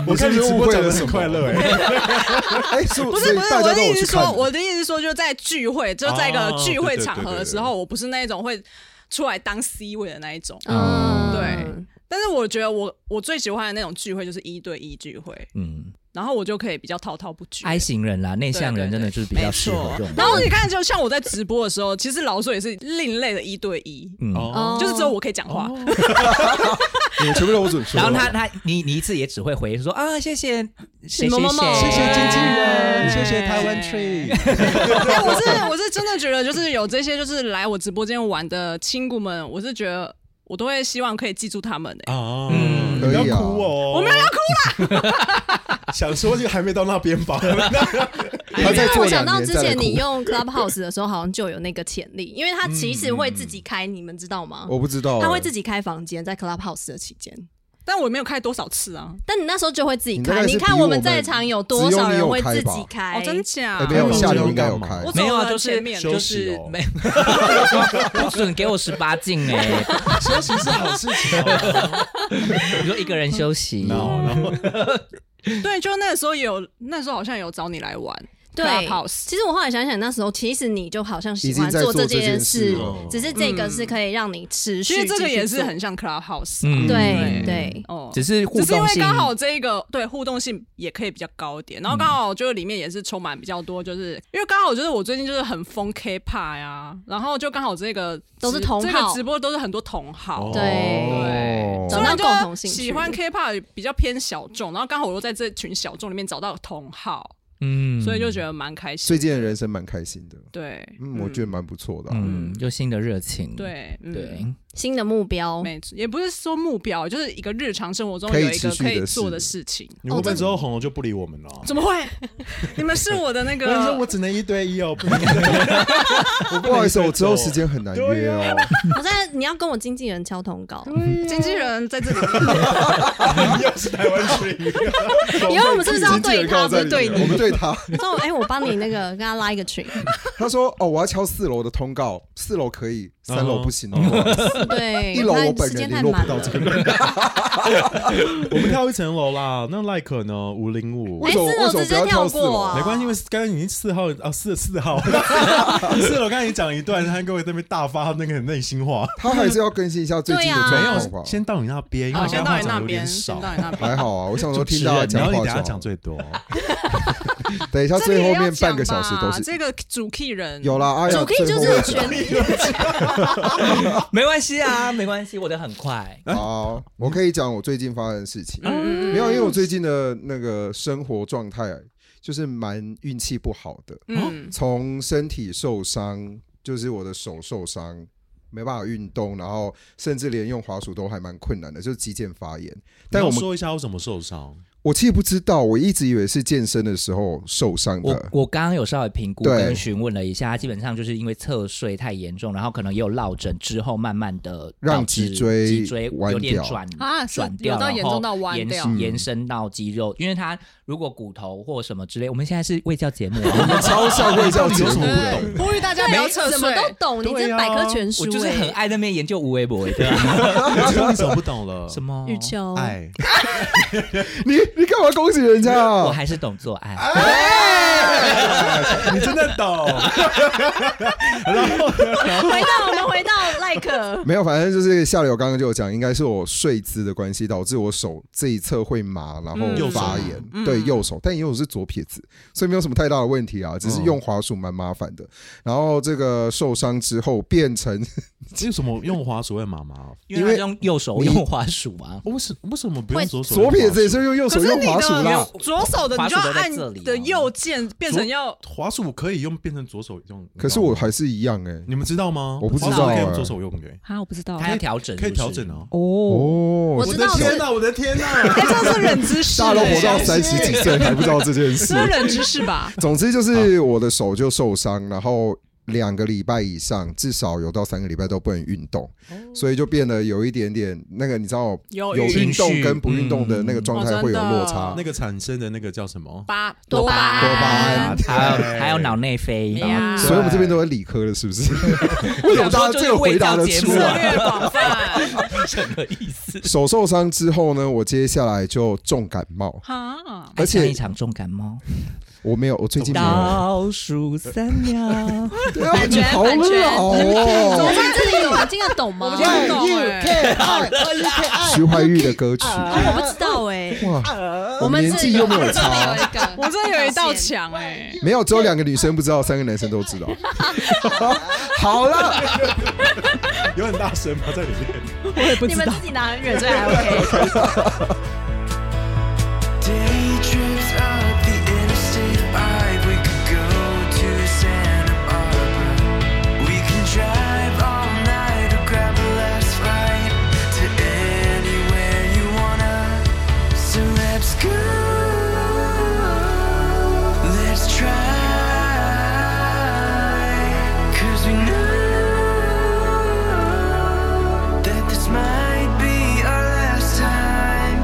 [SPEAKER 6] 我看你直播讲的很快乐哎、
[SPEAKER 4] [laughs] 哎，是
[SPEAKER 7] 不
[SPEAKER 4] 不
[SPEAKER 7] 是不是，
[SPEAKER 4] 大
[SPEAKER 7] 我
[SPEAKER 4] 家
[SPEAKER 7] 的
[SPEAKER 4] 都
[SPEAKER 7] 意
[SPEAKER 4] 有
[SPEAKER 7] 思
[SPEAKER 4] 去
[SPEAKER 7] 是说，
[SPEAKER 4] 看。
[SPEAKER 7] 我的意思是说，就在聚会，就在一个
[SPEAKER 6] 哦
[SPEAKER 7] 聚会
[SPEAKER 6] 对对
[SPEAKER 7] 场合
[SPEAKER 6] 对对
[SPEAKER 7] 的
[SPEAKER 6] 对
[SPEAKER 7] 时候，我不是那一种会出来当 C 位的那一种。
[SPEAKER 5] 嗯，
[SPEAKER 7] 对，但是我觉得我我最喜欢的那种聚会就是一对一聚会，
[SPEAKER 3] 嗯
[SPEAKER 7] 然后我就可以比较滔滔不绝。
[SPEAKER 3] ，I 型人啦，内向人
[SPEAKER 7] 对对对
[SPEAKER 3] 真的就是比较适合这种。
[SPEAKER 7] 然后你看，就像我在直播的时候，其实老实说也是另类的一对一，
[SPEAKER 3] 嗯，
[SPEAKER 6] 哦，
[SPEAKER 7] 就是只有我可以讲话。 [laughs]
[SPEAKER 4] 你们全部都不准
[SPEAKER 6] 哦
[SPEAKER 4] 说。
[SPEAKER 3] 然后他他你你一次也只会回说啊，谢谢谁谁
[SPEAKER 5] 某某某
[SPEAKER 3] 谁，
[SPEAKER 6] 谢谢经纪
[SPEAKER 7] 哎
[SPEAKER 6] 人，谢谢台湾 Tree。
[SPEAKER 7] 哎，我是我是真的觉得，就是有这些就是来我直播间玩的亲姑们，我是觉得我都会希望可以记住他们的。欸
[SPEAKER 6] 哦，
[SPEAKER 3] 嗯
[SPEAKER 6] 不要哭哦，
[SPEAKER 7] 我没有要
[SPEAKER 6] 哭啦。 [laughs] 想说就还没到那边吧，
[SPEAKER 4] 他在
[SPEAKER 5] 但
[SPEAKER 4] 做
[SPEAKER 5] 我想
[SPEAKER 4] 两
[SPEAKER 5] 到
[SPEAKER 4] 年
[SPEAKER 5] 之
[SPEAKER 4] 再来
[SPEAKER 5] 前
[SPEAKER 4] 哭
[SPEAKER 5] 你用 Clubhouse 的时候，好像就有那个潜力，因为他其实会自己开，你们知道吗？
[SPEAKER 4] [laughs] 嗯我不知道，哎
[SPEAKER 5] 他会自己开房间，在 Clubhouse 的期间，
[SPEAKER 7] 但我没有开多少次啊！
[SPEAKER 5] 但你那时候就会自己
[SPEAKER 4] 你大
[SPEAKER 5] 开。
[SPEAKER 4] 概是
[SPEAKER 5] 你看
[SPEAKER 4] 比我们
[SPEAKER 5] 们在场有多少人会自己开？
[SPEAKER 7] 哦，真假？
[SPEAKER 4] 哎没有，
[SPEAKER 6] 嗯
[SPEAKER 4] 下流应该有开。
[SPEAKER 7] 我
[SPEAKER 3] 没有啊，
[SPEAKER 7] 走得
[SPEAKER 3] 就
[SPEAKER 7] 很
[SPEAKER 3] 是
[SPEAKER 7] 前面
[SPEAKER 3] 就
[SPEAKER 6] 休
[SPEAKER 3] 是
[SPEAKER 6] 息哦
[SPEAKER 3] [laughs] 没不准给我十八禁哎、 [laughs]
[SPEAKER 6] 休息是好事情好吗。
[SPEAKER 3] 你说一个人 [laughs] 休息，
[SPEAKER 6] [laughs] 然后，然后
[SPEAKER 7] 对，就那时候有，那时候好像有找你来玩，
[SPEAKER 5] 对
[SPEAKER 7] Clubhouse
[SPEAKER 5] 其实我后来想想，那时候其实你就好像喜
[SPEAKER 4] 已
[SPEAKER 5] 欢
[SPEAKER 4] 经在
[SPEAKER 5] 这
[SPEAKER 4] 做这
[SPEAKER 5] 件
[SPEAKER 4] 件事
[SPEAKER 5] 事
[SPEAKER 4] 了，
[SPEAKER 5] 只是这个是可以让你持续继
[SPEAKER 7] 其实
[SPEAKER 5] 续做。
[SPEAKER 7] 这个也是很像 Clubhouse，、
[SPEAKER 3] 嗯
[SPEAKER 5] 对
[SPEAKER 3] 嗯
[SPEAKER 5] 对
[SPEAKER 7] 哦，
[SPEAKER 3] 只是互
[SPEAKER 7] 只是因
[SPEAKER 3] 动
[SPEAKER 7] 为
[SPEAKER 3] 性
[SPEAKER 7] 刚好这一个对互动性也可以比较高一点，然后刚好就是里面也是充满比较多，就是、因为刚好就是我最近就是很疯 K-pop 呀、然后就刚好这个
[SPEAKER 5] 都是
[SPEAKER 7] 直
[SPEAKER 5] 同好
[SPEAKER 7] 这个直播都是很多同好，
[SPEAKER 6] 哦
[SPEAKER 5] 对
[SPEAKER 7] 虽
[SPEAKER 5] 找到
[SPEAKER 7] 然就
[SPEAKER 5] 共同兴趣，
[SPEAKER 7] 喜欢 K-pop 比较偏小众，然后刚好我又在这群小众里面找到同好，
[SPEAKER 3] 嗯
[SPEAKER 7] 所以就觉得蛮开心。
[SPEAKER 4] 最近的人生蛮开心的，
[SPEAKER 7] 对，
[SPEAKER 4] 嗯，我觉得蛮不错的啊、
[SPEAKER 3] 嗯，就新的热情，
[SPEAKER 7] 对、嗯
[SPEAKER 3] [laughs] 对，，
[SPEAKER 5] 新的目标。
[SPEAKER 7] 没错，也不是说目标，就是一个日常生活中
[SPEAKER 4] 可以
[SPEAKER 7] 有一个
[SPEAKER 4] 持续
[SPEAKER 7] 可以
[SPEAKER 4] 的
[SPEAKER 7] 做
[SPEAKER 4] 事
[SPEAKER 7] 的事情。
[SPEAKER 6] 你们会不会之后红了就不理我们了？
[SPEAKER 7] 怎么会？ [laughs] 你们是我的那
[SPEAKER 6] 我跟你说，我
[SPEAKER 7] 个，
[SPEAKER 6] 只能一对一哦，不
[SPEAKER 4] 啊
[SPEAKER 5] [laughs]
[SPEAKER 4] 不好意思，我之后时间很难约
[SPEAKER 5] 啊
[SPEAKER 4] 哦。
[SPEAKER 5] 我现在你要跟我经纪人敲通告，
[SPEAKER 7] 经纪人嗯在这里。
[SPEAKER 6] 又是台湾之音。
[SPEAKER 5] 哎因为我们是不是要对他，不是对
[SPEAKER 4] 我们
[SPEAKER 5] 你？
[SPEAKER 4] 对他，
[SPEAKER 5] 说哎，我帮你那个跟他拉一个群，
[SPEAKER 4] 他说哦，我要敲四楼的通告，四楼可以，三
[SPEAKER 6] 嗯
[SPEAKER 4] 楼不行哦。
[SPEAKER 5] 嗯对，
[SPEAKER 4] 一楼
[SPEAKER 5] 他
[SPEAKER 4] 我本
[SPEAKER 5] 时间
[SPEAKER 4] 人
[SPEAKER 5] 太
[SPEAKER 4] 联络
[SPEAKER 5] 满
[SPEAKER 4] 不到
[SPEAKER 5] 了
[SPEAKER 4] 这。
[SPEAKER 5] [laughs]
[SPEAKER 4] 个人，
[SPEAKER 6] [laughs] 我们跳一层楼啦。那赖可呢？五零五。
[SPEAKER 4] 为什么
[SPEAKER 5] 哎四楼
[SPEAKER 4] 为什么
[SPEAKER 5] 直接
[SPEAKER 4] 不要
[SPEAKER 5] 跳
[SPEAKER 4] 跳四
[SPEAKER 5] 过
[SPEAKER 4] 楼？
[SPEAKER 7] 哦
[SPEAKER 5] 啊，
[SPEAKER 6] 没关系，
[SPEAKER 5] [laughs]
[SPEAKER 6] 因为刚刚已经四号啊，四四
[SPEAKER 7] [laughs]
[SPEAKER 6] 号，四楼刚才已经讲一段，他跟我在那边大发那个内心话，
[SPEAKER 4] 他还是要更新一下最近的
[SPEAKER 5] 对啊
[SPEAKER 4] 状
[SPEAKER 6] 没
[SPEAKER 4] 况吧
[SPEAKER 6] 有，。先到你那边，因为
[SPEAKER 7] 好，
[SPEAKER 6] 我现
[SPEAKER 7] 哦先
[SPEAKER 6] 在
[SPEAKER 7] 到
[SPEAKER 6] 话讲有
[SPEAKER 7] 你那
[SPEAKER 6] 点哎
[SPEAKER 7] 边，
[SPEAKER 6] 少
[SPEAKER 7] 先。到你那边。
[SPEAKER 4] 还好啊，我想说
[SPEAKER 6] 主持
[SPEAKER 4] 听到他
[SPEAKER 6] 人，然
[SPEAKER 4] 讲
[SPEAKER 6] 后你
[SPEAKER 4] 话
[SPEAKER 6] 等
[SPEAKER 4] 就
[SPEAKER 6] 下
[SPEAKER 4] 好。
[SPEAKER 6] 讲最多，
[SPEAKER 4] 等一下
[SPEAKER 7] 这
[SPEAKER 4] 最
[SPEAKER 7] 里也
[SPEAKER 4] 后
[SPEAKER 7] 要
[SPEAKER 4] 面半个
[SPEAKER 7] 讲
[SPEAKER 4] 小时都
[SPEAKER 7] 吧
[SPEAKER 4] 是
[SPEAKER 7] 这个主 key 人
[SPEAKER 4] 有啦。哎呀，
[SPEAKER 5] 主 key 就
[SPEAKER 4] 最后
[SPEAKER 5] 是
[SPEAKER 4] 面
[SPEAKER 5] 全
[SPEAKER 3] 没关系啊，没关系，我的很快，
[SPEAKER 4] [laughs] 好，我可以讲我最近发生的事情。
[SPEAKER 3] 嗯
[SPEAKER 7] 嗯
[SPEAKER 4] 没有，因为我最近的那个生活状态啊就是蛮运气不好的，
[SPEAKER 7] 嗯，
[SPEAKER 4] 从身体受伤，就是我的手受伤。没办法运动，然后甚至连用滑鼠都还蛮困难的，就是肌腱发炎。 [laughs] 但
[SPEAKER 6] 但
[SPEAKER 4] 我
[SPEAKER 6] 我
[SPEAKER 4] 们
[SPEAKER 6] 说一下我怎么受伤，
[SPEAKER 4] 我其实不知道，我一直以为是健身的时候受
[SPEAKER 3] [laughs]
[SPEAKER 4] 伤
[SPEAKER 3] 我
[SPEAKER 4] 的。
[SPEAKER 3] 我刚刚有稍微评估
[SPEAKER 4] 对
[SPEAKER 3] 跟询问了一下，基本上就是因为侧睡太严重，然后可能也有落枕，之后慢慢的
[SPEAKER 4] 让脊椎
[SPEAKER 3] 脊椎
[SPEAKER 4] 弯
[SPEAKER 3] 有点
[SPEAKER 4] 掉
[SPEAKER 3] 转
[SPEAKER 7] 啊是
[SPEAKER 3] 转掉，
[SPEAKER 7] 有到
[SPEAKER 3] 然
[SPEAKER 7] 严重
[SPEAKER 3] 后
[SPEAKER 7] 到弯
[SPEAKER 3] 延
[SPEAKER 7] 掉
[SPEAKER 3] 伸延伸到肌肉，因为它如果骨头或什么之类，我们现在是卫教节目 [laughs] 啊，
[SPEAKER 4] [laughs] 超像会叫节目
[SPEAKER 6] 我
[SPEAKER 4] 的，
[SPEAKER 7] 对，呼吁大家不要
[SPEAKER 5] 对，
[SPEAKER 7] 撤
[SPEAKER 5] 什么都
[SPEAKER 7] 税。
[SPEAKER 5] 懂，你
[SPEAKER 6] 对
[SPEAKER 5] 这
[SPEAKER 6] 啊
[SPEAKER 5] 百科全书
[SPEAKER 3] 我就是很
[SPEAKER 5] 哎。
[SPEAKER 3] 爱那边研究无微博
[SPEAKER 7] 啊
[SPEAKER 3] 的
[SPEAKER 6] 我知道你怎么不懂
[SPEAKER 4] [laughs]
[SPEAKER 6] 了，哎
[SPEAKER 3] 什么
[SPEAKER 5] 玉秋，
[SPEAKER 6] 爱，
[SPEAKER 4] [laughs] 你你干嘛恭喜人家
[SPEAKER 3] 我
[SPEAKER 4] 啊？
[SPEAKER 3] 还是懂做爱。
[SPEAKER 6] 你真的
[SPEAKER 4] [laughs]
[SPEAKER 6] 懂，
[SPEAKER 5] 回到我们回到赖可，
[SPEAKER 4] [laughs] 没有，反正就是下流。刚刚就有讲，应该是我睡姿的关系导致我手这一侧会麻，然后
[SPEAKER 7] 嗯右手
[SPEAKER 4] 发炎。对，右手，但因为我是左撇子，所以没有什么太大的问题啊，只是用滑鼠蛮麻烦的。然后这个受伤之后变成
[SPEAKER 6] 为什么用滑鼠会麻麻？
[SPEAKER 3] 因
[SPEAKER 4] 因
[SPEAKER 3] 为
[SPEAKER 4] 为
[SPEAKER 3] 他用右手
[SPEAKER 4] 你
[SPEAKER 3] 用滑鼠嘛，
[SPEAKER 6] 为什为什么不用左手？
[SPEAKER 4] 左撇子也是用右手用滑鼠啦。
[SPEAKER 7] 左手的你就要
[SPEAKER 3] 滑鼠都在
[SPEAKER 7] 按
[SPEAKER 3] 这里
[SPEAKER 7] 你
[SPEAKER 3] 啊
[SPEAKER 7] 的右键变成要
[SPEAKER 6] 滑鼠可以用变成左手用，
[SPEAKER 4] 可是我还是一样哎、
[SPEAKER 6] 你们知道吗？
[SPEAKER 4] 我不知道
[SPEAKER 6] 滑鼠可以用
[SPEAKER 4] 哎
[SPEAKER 6] 左手用的，
[SPEAKER 7] 啊，我不知道
[SPEAKER 3] 他要调整
[SPEAKER 6] 可以
[SPEAKER 3] 是不是
[SPEAKER 6] 调整哦。
[SPEAKER 7] 哦，
[SPEAKER 4] 哦，
[SPEAKER 5] 我知道是
[SPEAKER 6] 哪，我的天哪！ [laughs]
[SPEAKER 7] 哎，这是欸冷知识，
[SPEAKER 4] 大
[SPEAKER 7] 了
[SPEAKER 4] 都活到三十几岁还不知道这件事
[SPEAKER 7] 这，是冷知识吧？
[SPEAKER 4] [laughs] 总之就是我的手就受伤，然后两个礼拜以上，至少有到三个礼拜都不能运动，
[SPEAKER 5] 哦
[SPEAKER 4] 所以就变得有一点点那个，你知道
[SPEAKER 7] 有
[SPEAKER 4] 有
[SPEAKER 7] 晕
[SPEAKER 4] 运动
[SPEAKER 3] 情绪
[SPEAKER 4] 跟不运动的那个状态
[SPEAKER 7] 嗯
[SPEAKER 4] 会有落差。
[SPEAKER 7] 哦
[SPEAKER 6] 哦那个产生的那个叫什么？
[SPEAKER 7] 巴
[SPEAKER 5] 多巴胺多巴
[SPEAKER 3] 啊
[SPEAKER 5] 胺
[SPEAKER 3] 还有还有脑内
[SPEAKER 7] 哎
[SPEAKER 3] 飞，
[SPEAKER 7] 呀，
[SPEAKER 4] 所以我们这边都是理科的，是
[SPEAKER 5] [laughs]
[SPEAKER 4] 不是？为什么大家这个回答的出
[SPEAKER 3] 我想说就是为
[SPEAKER 7] 策
[SPEAKER 3] 了
[SPEAKER 4] 来？
[SPEAKER 7] 略广 [laughs] 泛
[SPEAKER 3] 哦什么意思？
[SPEAKER 4] 手受伤之后呢，我接下来就重感冒，
[SPEAKER 7] 啊，
[SPEAKER 4] 而
[SPEAKER 3] 爱上
[SPEAKER 4] 且
[SPEAKER 3] 一场重感冒，
[SPEAKER 4] 我没有，我最近没有。
[SPEAKER 3] 倒数三秒，
[SPEAKER 4] 对啊，你
[SPEAKER 5] 全
[SPEAKER 4] 好
[SPEAKER 5] 版权
[SPEAKER 4] 老
[SPEAKER 5] 我 [laughs]
[SPEAKER 4] 哦，
[SPEAKER 5] 在这里有我听得懂吗？
[SPEAKER 7] 我不懂哎，
[SPEAKER 4] 徐怀钰的歌
[SPEAKER 5] [laughs]
[SPEAKER 4] 曲。
[SPEAKER 5] 啊我不知道哎，
[SPEAKER 4] 哇，
[SPEAKER 5] 我们
[SPEAKER 4] 年纪
[SPEAKER 5] 这
[SPEAKER 4] 又没有
[SPEAKER 5] 这里有，
[SPEAKER 4] 差
[SPEAKER 5] 一个，
[SPEAKER 7] 我这有一 [laughs] 道墙哎，
[SPEAKER 4] [laughs] 没有，只有两个女生不知道，三个男生都
[SPEAKER 7] [laughs]
[SPEAKER 4] 知道。好了，
[SPEAKER 6] 有很大声吗？在里面？
[SPEAKER 7] 哎
[SPEAKER 5] 你们自己拿很远，所以还 OK。
[SPEAKER 7] [laughs]
[SPEAKER 8] Daydreams of the interstate bike. We could go to Santa Barbara. We can drive all night or grab a last flight to anywhere you wanna. So let's go. Let's try. 'Cause we know that this might be our last time.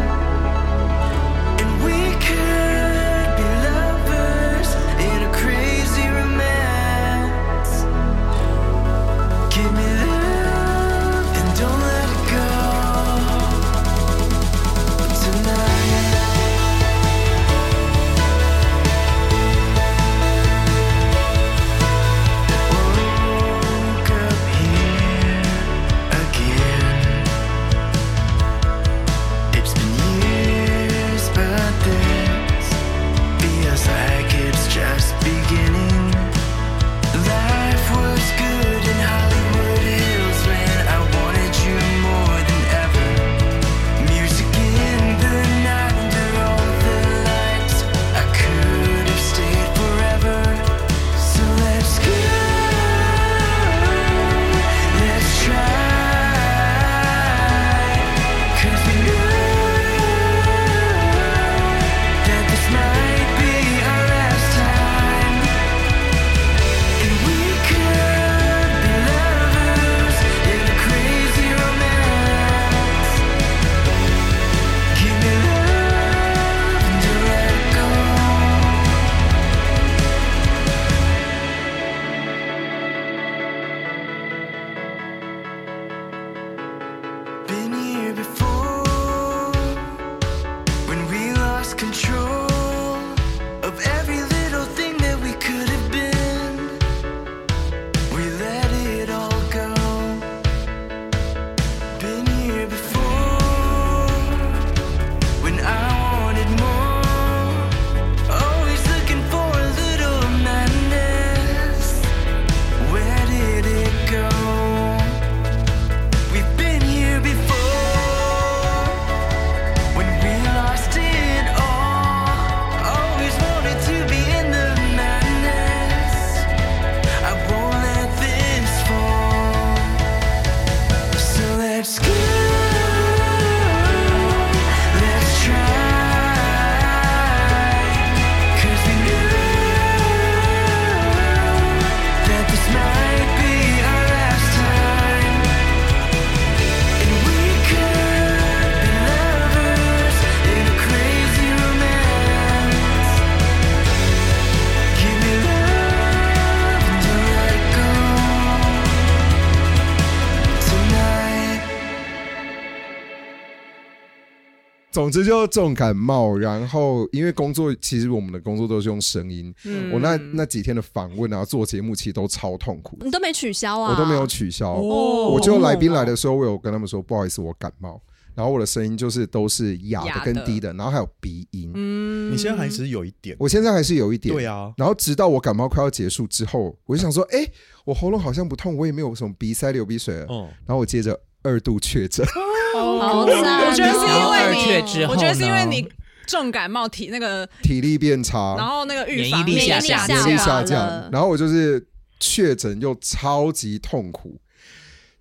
[SPEAKER 4] 总之就重感冒，然后因为工作，其实我们的工作都是用声音，
[SPEAKER 7] 嗯
[SPEAKER 4] 我那那几天的访问啊，做节目其实都超痛苦的，
[SPEAKER 5] 你都没取消啊？
[SPEAKER 4] 我都没有取消。
[SPEAKER 7] 哦
[SPEAKER 4] 我就来宾来的时候，我有跟他们说，不好意思，我感冒，然后我的声音就是都是哑
[SPEAKER 7] 嗯哑
[SPEAKER 4] 的
[SPEAKER 7] 的
[SPEAKER 4] 跟低的，然后还有鼻音，
[SPEAKER 7] 嗯
[SPEAKER 10] 你现在还是有一点，
[SPEAKER 6] 嗯
[SPEAKER 4] 我现在还是有一点。
[SPEAKER 10] 对啊，
[SPEAKER 4] 然后直到我感冒快要结束之后，我就想说，哎、我喉咙好像不痛，我也没有什么鼻塞、流鼻水了。
[SPEAKER 7] 哦
[SPEAKER 6] 嗯，
[SPEAKER 4] 然后我接着二度确诊，
[SPEAKER 5] 好惨哦，
[SPEAKER 7] [laughs] 我觉得是因
[SPEAKER 3] 你
[SPEAKER 7] 为
[SPEAKER 3] 然后二确之
[SPEAKER 7] 我觉得是因为
[SPEAKER 3] 然后呢
[SPEAKER 7] 你重感冒体那个，
[SPEAKER 4] 体力变
[SPEAKER 7] 然
[SPEAKER 4] 差，
[SPEAKER 7] 后那个预
[SPEAKER 3] 免疫
[SPEAKER 7] 防
[SPEAKER 3] 力
[SPEAKER 5] 免疫
[SPEAKER 3] 下
[SPEAKER 5] 力
[SPEAKER 3] 降
[SPEAKER 4] 免疫力下
[SPEAKER 5] 滑
[SPEAKER 4] 降
[SPEAKER 5] 了，
[SPEAKER 4] 然后我就是确诊又超级痛苦。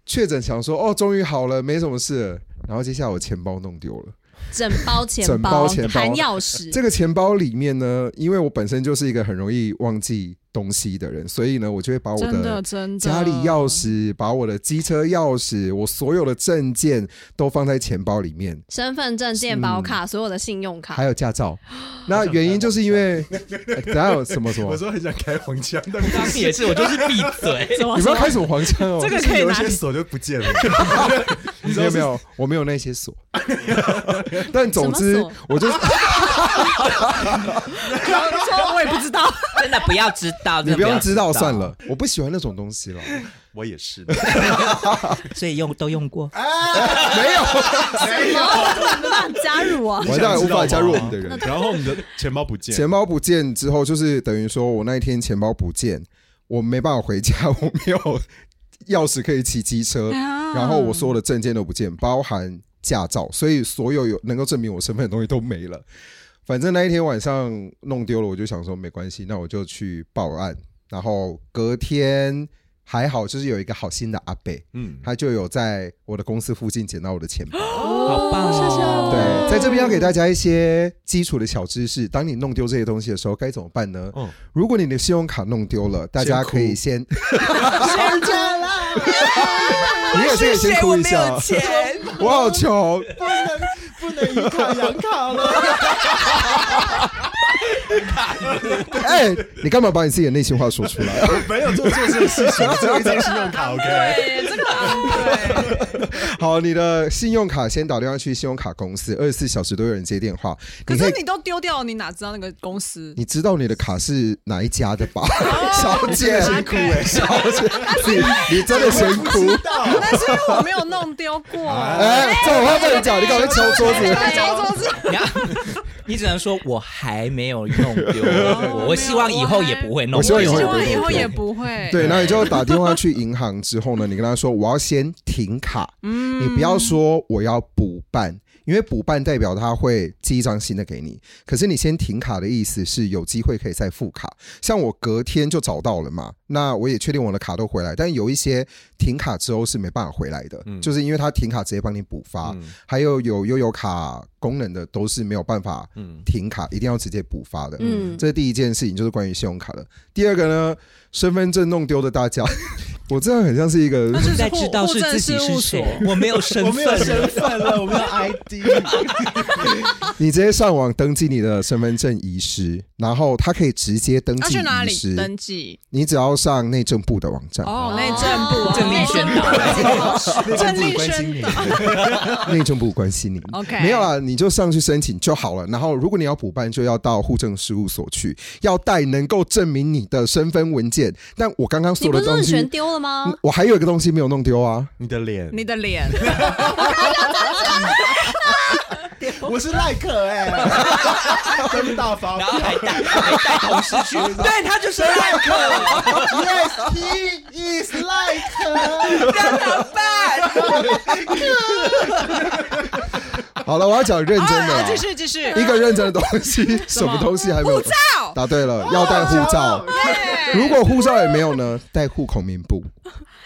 [SPEAKER 4] 确诊想说，哦，终于好了，没什么事了。然后接下来我钱包弄丢了，
[SPEAKER 5] 整包钱
[SPEAKER 4] 整包钱包
[SPEAKER 5] 含钥匙，
[SPEAKER 4] 这个钱包里面呢，因为我本身就是一个很容易忘记东西的人，所以呢，我就会把我
[SPEAKER 7] 真的
[SPEAKER 4] 的
[SPEAKER 7] 真的
[SPEAKER 4] 家里钥匙、把我的机车钥匙、我所有的证件都放在钱包里面。
[SPEAKER 5] 身份证、健保卡、所有的信用卡
[SPEAKER 4] 还，有驾照，那原因就是因为，哎等下有什么什么
[SPEAKER 10] 我，说很想开黄腔，
[SPEAKER 6] [laughs]
[SPEAKER 10] 但
[SPEAKER 3] 刚刚也是，我就是闭
[SPEAKER 7] [laughs]
[SPEAKER 3] 嘴。
[SPEAKER 4] 你不要开什么黄腔哦，
[SPEAKER 7] 这个可以
[SPEAKER 10] 有一
[SPEAKER 7] 拿
[SPEAKER 10] 些锁就不见
[SPEAKER 4] [laughs]
[SPEAKER 10] 了。
[SPEAKER 4] 你没有没有，我没有那些锁， [laughs] 但总之
[SPEAKER 5] 什么
[SPEAKER 10] [laughs]
[SPEAKER 4] 我就是
[SPEAKER 7] 说我也不知道，
[SPEAKER 3] 真的不要知道，
[SPEAKER 4] 你
[SPEAKER 3] 真的不
[SPEAKER 4] 不
[SPEAKER 3] 要
[SPEAKER 4] 用知道算了，我不喜欢那种东西了，
[SPEAKER 10] 我也是，
[SPEAKER 3] 所以用都用过。
[SPEAKER 4] 啊没有，
[SPEAKER 5] 什么没办法加入啊？
[SPEAKER 4] 完蛋无法加入我们的人。
[SPEAKER 6] 然后你的钱包不见，
[SPEAKER 4] 钱包不见之后，就是等于说我那一天钱包不见，我没办法回家， [laughs] 我没有钥匙可以骑机车，然后我所有的证件都不见，包含驾照，所以所有有能够证明我身份的东西都没了。反正那一天晚上弄丢了，我就想说没关系，那我就去报案。然后隔天还好，就是有一个好心的阿伯，
[SPEAKER 6] 嗯，
[SPEAKER 4] 他就有在我的公司附近捡到我的钱包。
[SPEAKER 3] 好棒哦！
[SPEAKER 4] 对，在这边要给大家一些基础的小知识。当你弄丢这些东西的时候，该怎么办呢？
[SPEAKER 6] 嗯
[SPEAKER 4] 如果你的信用卡弄丢了，大家可
[SPEAKER 10] [laughs]
[SPEAKER 4] 以先， [laughs] 你也是可以先哭一下。我好穷，
[SPEAKER 10] 不能以卡养卡了。
[SPEAKER 4] [laughs] 哎，你干嘛把你自己的内心话说出来？啊
[SPEAKER 10] 我 [laughs] 没有做做这个事情，我只有一张信用
[SPEAKER 6] 哦
[SPEAKER 10] 卡，OK。
[SPEAKER 7] 对，这个啊对，
[SPEAKER 4] [laughs] 好，你的信用卡先打电话去信用卡公司，二十四小时都有人接电话。
[SPEAKER 7] 可
[SPEAKER 4] 可
[SPEAKER 7] 是
[SPEAKER 4] 以，
[SPEAKER 7] 你都丢掉了，你哪知道那个公司？
[SPEAKER 4] 你知道你的卡是哪一家的 [laughs] 吧，小姐？
[SPEAKER 10] 辛苦哎，
[SPEAKER 4] 小姐，你你真的先哭。 [laughs]
[SPEAKER 7] 但是因为我没有弄丢过，
[SPEAKER 4] 哎，这种话不能讲，你赶快敲桌子。
[SPEAKER 7] 说是
[SPEAKER 3] 你要， [laughs] 你只能说我还没有弄丢
[SPEAKER 7] 哦
[SPEAKER 3] 过，我希望以后也不会弄
[SPEAKER 4] 我希
[SPEAKER 3] 丢。
[SPEAKER 4] 望以后
[SPEAKER 7] 希
[SPEAKER 4] 也不会
[SPEAKER 7] 望以
[SPEAKER 4] 弄
[SPEAKER 7] 后
[SPEAKER 4] 丢
[SPEAKER 7] 也不会。
[SPEAKER 4] 对，那你就打电话去银行之后呢，你跟他说我要先停卡，你不要说我要补办，因为补办代表他会寄一张新的给你。可是你先停卡的意思是有机会可以再复卡。像我隔天就找到了嘛，那我也确定我的卡都回来，但有一些停卡之后是没办法回来的，
[SPEAKER 6] 嗯
[SPEAKER 4] 就是因为他停卡直接帮你补发，
[SPEAKER 6] 嗯
[SPEAKER 4] 还有有悠游卡功能的都是没有办法
[SPEAKER 6] 嗯，
[SPEAKER 4] 停卡，一定要直接补发的。
[SPEAKER 5] 嗯，
[SPEAKER 4] 这是第一件事情，就是关于信用卡的。第二个呢，身份证弄丢的大家， [laughs] 我真的很像是一个
[SPEAKER 7] [laughs] 那就是
[SPEAKER 3] 现在知道是自己
[SPEAKER 7] 户
[SPEAKER 3] 是
[SPEAKER 7] 户政
[SPEAKER 3] 谁
[SPEAKER 7] 事务，
[SPEAKER 3] 我没有身
[SPEAKER 10] 我没有
[SPEAKER 3] 份了。
[SPEAKER 10] 身份了，我没有 ID。
[SPEAKER 4] 你直接上网登记你的身份证遗失，然后它可以直接登
[SPEAKER 7] 要
[SPEAKER 4] 记
[SPEAKER 7] 啊去哪
[SPEAKER 4] 遗
[SPEAKER 7] 里
[SPEAKER 4] 失，
[SPEAKER 7] 登记？
[SPEAKER 4] 你只要上内政部的网站，
[SPEAKER 7] 哦，内政部
[SPEAKER 3] 正
[SPEAKER 7] 立
[SPEAKER 3] 立宣导，
[SPEAKER 7] 正立宣导。
[SPEAKER 4] [laughs] 内政部关心你。
[SPEAKER 7] [laughs] OK，
[SPEAKER 4] 没有啦，你就上去申请就好了。然后，如果你要补办，就要到户政事务所去，要带能够证明你的身份文件。但我刚刚
[SPEAKER 5] 你
[SPEAKER 4] 说
[SPEAKER 5] 不
[SPEAKER 4] 的
[SPEAKER 5] 是说
[SPEAKER 4] 东
[SPEAKER 5] 你
[SPEAKER 4] 西，
[SPEAKER 5] 全丢了吗
[SPEAKER 7] 啊
[SPEAKER 4] 嗯？我还有一个东西没有弄丢啊，
[SPEAKER 6] [laughs] 你的脸，
[SPEAKER 7] 你的脸，
[SPEAKER 10] 我是赖克哎，真是大发
[SPEAKER 3] 然后还带还带同事
[SPEAKER 7] [laughs]
[SPEAKER 3] 去，对他就是赖克，
[SPEAKER 10] ，Yes he is 赖克。
[SPEAKER 4] 好了，我要讲认真的
[SPEAKER 7] [laughs] 啊
[SPEAKER 4] 啦。
[SPEAKER 7] 继续继续。
[SPEAKER 4] 一个认真的东西， [laughs] 什么东西还没有？护照答对了，要带护照。
[SPEAKER 7] 哎
[SPEAKER 4] 如果护照也没有呢，带户口名簿。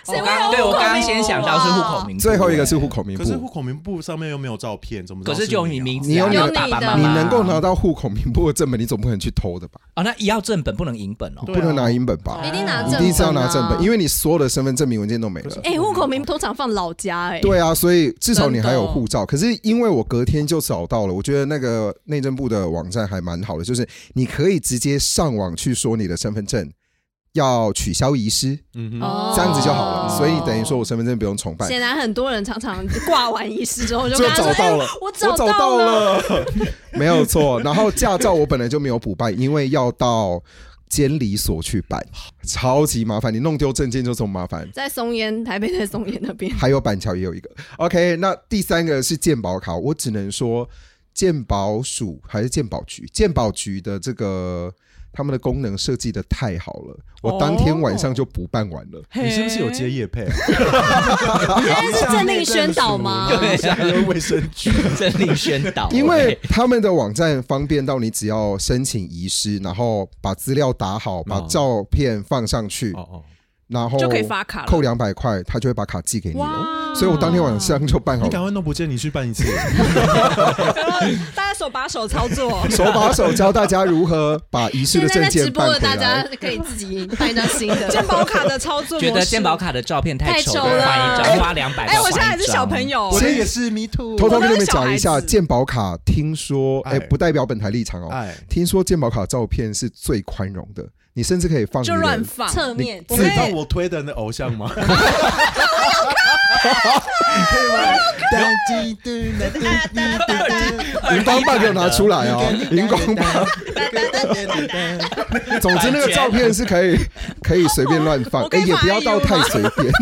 [SPEAKER 3] 我刚对我刚刚先想到是户口名簿，
[SPEAKER 4] 最后一个是户口名
[SPEAKER 6] 可是户
[SPEAKER 4] 簿。
[SPEAKER 6] 口名簿上面又没有照片，怎么知
[SPEAKER 3] 可
[SPEAKER 6] 道
[SPEAKER 3] 是
[SPEAKER 6] 你
[SPEAKER 3] 就
[SPEAKER 6] 啊
[SPEAKER 3] 你名字啊，
[SPEAKER 4] 你有你的
[SPEAKER 3] 有爸爸妈
[SPEAKER 5] 啊
[SPEAKER 4] 你
[SPEAKER 3] 妈，
[SPEAKER 4] 能够拿到户口名簿的正本，你总不可能去偷的吧？
[SPEAKER 3] 哦，那也要正本，不能影本哦。
[SPEAKER 10] 对啊
[SPEAKER 4] 不能拿英本吧？
[SPEAKER 5] 一定拿
[SPEAKER 4] 你
[SPEAKER 5] 正
[SPEAKER 4] 嗯一定是要拿正
[SPEAKER 5] 本
[SPEAKER 4] 本，
[SPEAKER 5] 啊
[SPEAKER 4] 因为你所有的身份证明文件都没了。
[SPEAKER 5] 哎，户口名通常放老家哎，
[SPEAKER 4] 对啊，所以至少你还有
[SPEAKER 7] 真的哦
[SPEAKER 4] 护照。可是因为我隔天就找到了，我觉得那个内政部的网站还蛮好的，就是你可以直接上网去说你的身份证要取消遗失，
[SPEAKER 6] 嗯哼，
[SPEAKER 5] 哦
[SPEAKER 4] 这样子就好了。所以等于说我身份证不用重办，
[SPEAKER 5] 显然很多人常常挂完仪式之后就
[SPEAKER 4] 就
[SPEAKER 5] 跟他说
[SPEAKER 4] 找：“到了
[SPEAKER 5] 哎，我
[SPEAKER 4] 我找
[SPEAKER 5] 到
[SPEAKER 4] 到。了， [laughs] 没有错。然后驾照我本来就没有补办，因为要到监理所去办，超级麻烦。你弄丢证件就这么麻烦。
[SPEAKER 5] 在松烟，台北在松烟那边，
[SPEAKER 4] [laughs] 还有板桥也有一个。OK，那第三个是健保卡，我只能说健保署还是健保局，健保局的这个他们的功能设计的太好了，我当天晚上就补办完了。
[SPEAKER 5] 哦
[SPEAKER 6] 你是不是有接夜配？
[SPEAKER 5] 现在是政令宣导吗？
[SPEAKER 3] 对啊，
[SPEAKER 6] 卫生局
[SPEAKER 3] 政令宣导，
[SPEAKER 4] 因为他们的网站方便到你只要申请遗失，然后把资料打好，把照片放上去
[SPEAKER 6] 哦，哦，
[SPEAKER 4] 然后
[SPEAKER 7] 就可以发卡了
[SPEAKER 4] 扣两百块，他就会把卡寄给你了。
[SPEAKER 7] 哇
[SPEAKER 4] 所以我当天晚上就办好
[SPEAKER 6] 你赶
[SPEAKER 4] 了，，
[SPEAKER 6] 快弄不见，你去办一 [laughs] 次。
[SPEAKER 7] 然后大家手把手操作
[SPEAKER 3] [laughs]
[SPEAKER 4] 手把手教大家如何把遗失
[SPEAKER 5] 现
[SPEAKER 4] 的
[SPEAKER 5] 在
[SPEAKER 4] 证
[SPEAKER 5] 在直
[SPEAKER 4] 件
[SPEAKER 5] 播
[SPEAKER 4] 办
[SPEAKER 5] 的
[SPEAKER 4] 回
[SPEAKER 5] 大家
[SPEAKER 4] 来。
[SPEAKER 5] 可以自己办一张新
[SPEAKER 4] [laughs]
[SPEAKER 5] 的。
[SPEAKER 7] 健保卡的操作模式
[SPEAKER 3] 觉得健保。卡的照片
[SPEAKER 5] 太
[SPEAKER 3] 丑
[SPEAKER 5] 丑
[SPEAKER 3] 了，
[SPEAKER 5] 了
[SPEAKER 3] 换一张，花两百。
[SPEAKER 7] 哎，我现在还是小朋
[SPEAKER 3] 友，
[SPEAKER 7] 友
[SPEAKER 10] 我，的也是 me too。
[SPEAKER 4] 偷偷
[SPEAKER 7] 我
[SPEAKER 4] 跟
[SPEAKER 7] 都
[SPEAKER 4] 你们
[SPEAKER 7] 是小
[SPEAKER 4] 讲一
[SPEAKER 7] 孩
[SPEAKER 4] 下，
[SPEAKER 7] 子
[SPEAKER 4] 健保卡听说，哎、
[SPEAKER 6] 哎
[SPEAKER 4] 不代表本台立场哦。
[SPEAKER 6] 哎，
[SPEAKER 4] 听说健保卡照片是最宽容的，你甚至可以放
[SPEAKER 7] 就
[SPEAKER 4] 人
[SPEAKER 7] 乱放。
[SPEAKER 5] 侧面
[SPEAKER 6] 我可以放我推的那偶像
[SPEAKER 3] [laughs]
[SPEAKER 6] 吗？
[SPEAKER 10] 噔噔噔噔噔
[SPEAKER 4] [laughs]
[SPEAKER 10] 噔噔
[SPEAKER 4] 荧光棒给我拿出来哦，荧光棒。总之，那个照片是可以可以随便乱放，
[SPEAKER 7] 我可
[SPEAKER 4] 哎、
[SPEAKER 7] 以
[SPEAKER 4] 也不要到太
[SPEAKER 3] [laughs]
[SPEAKER 4] 随便，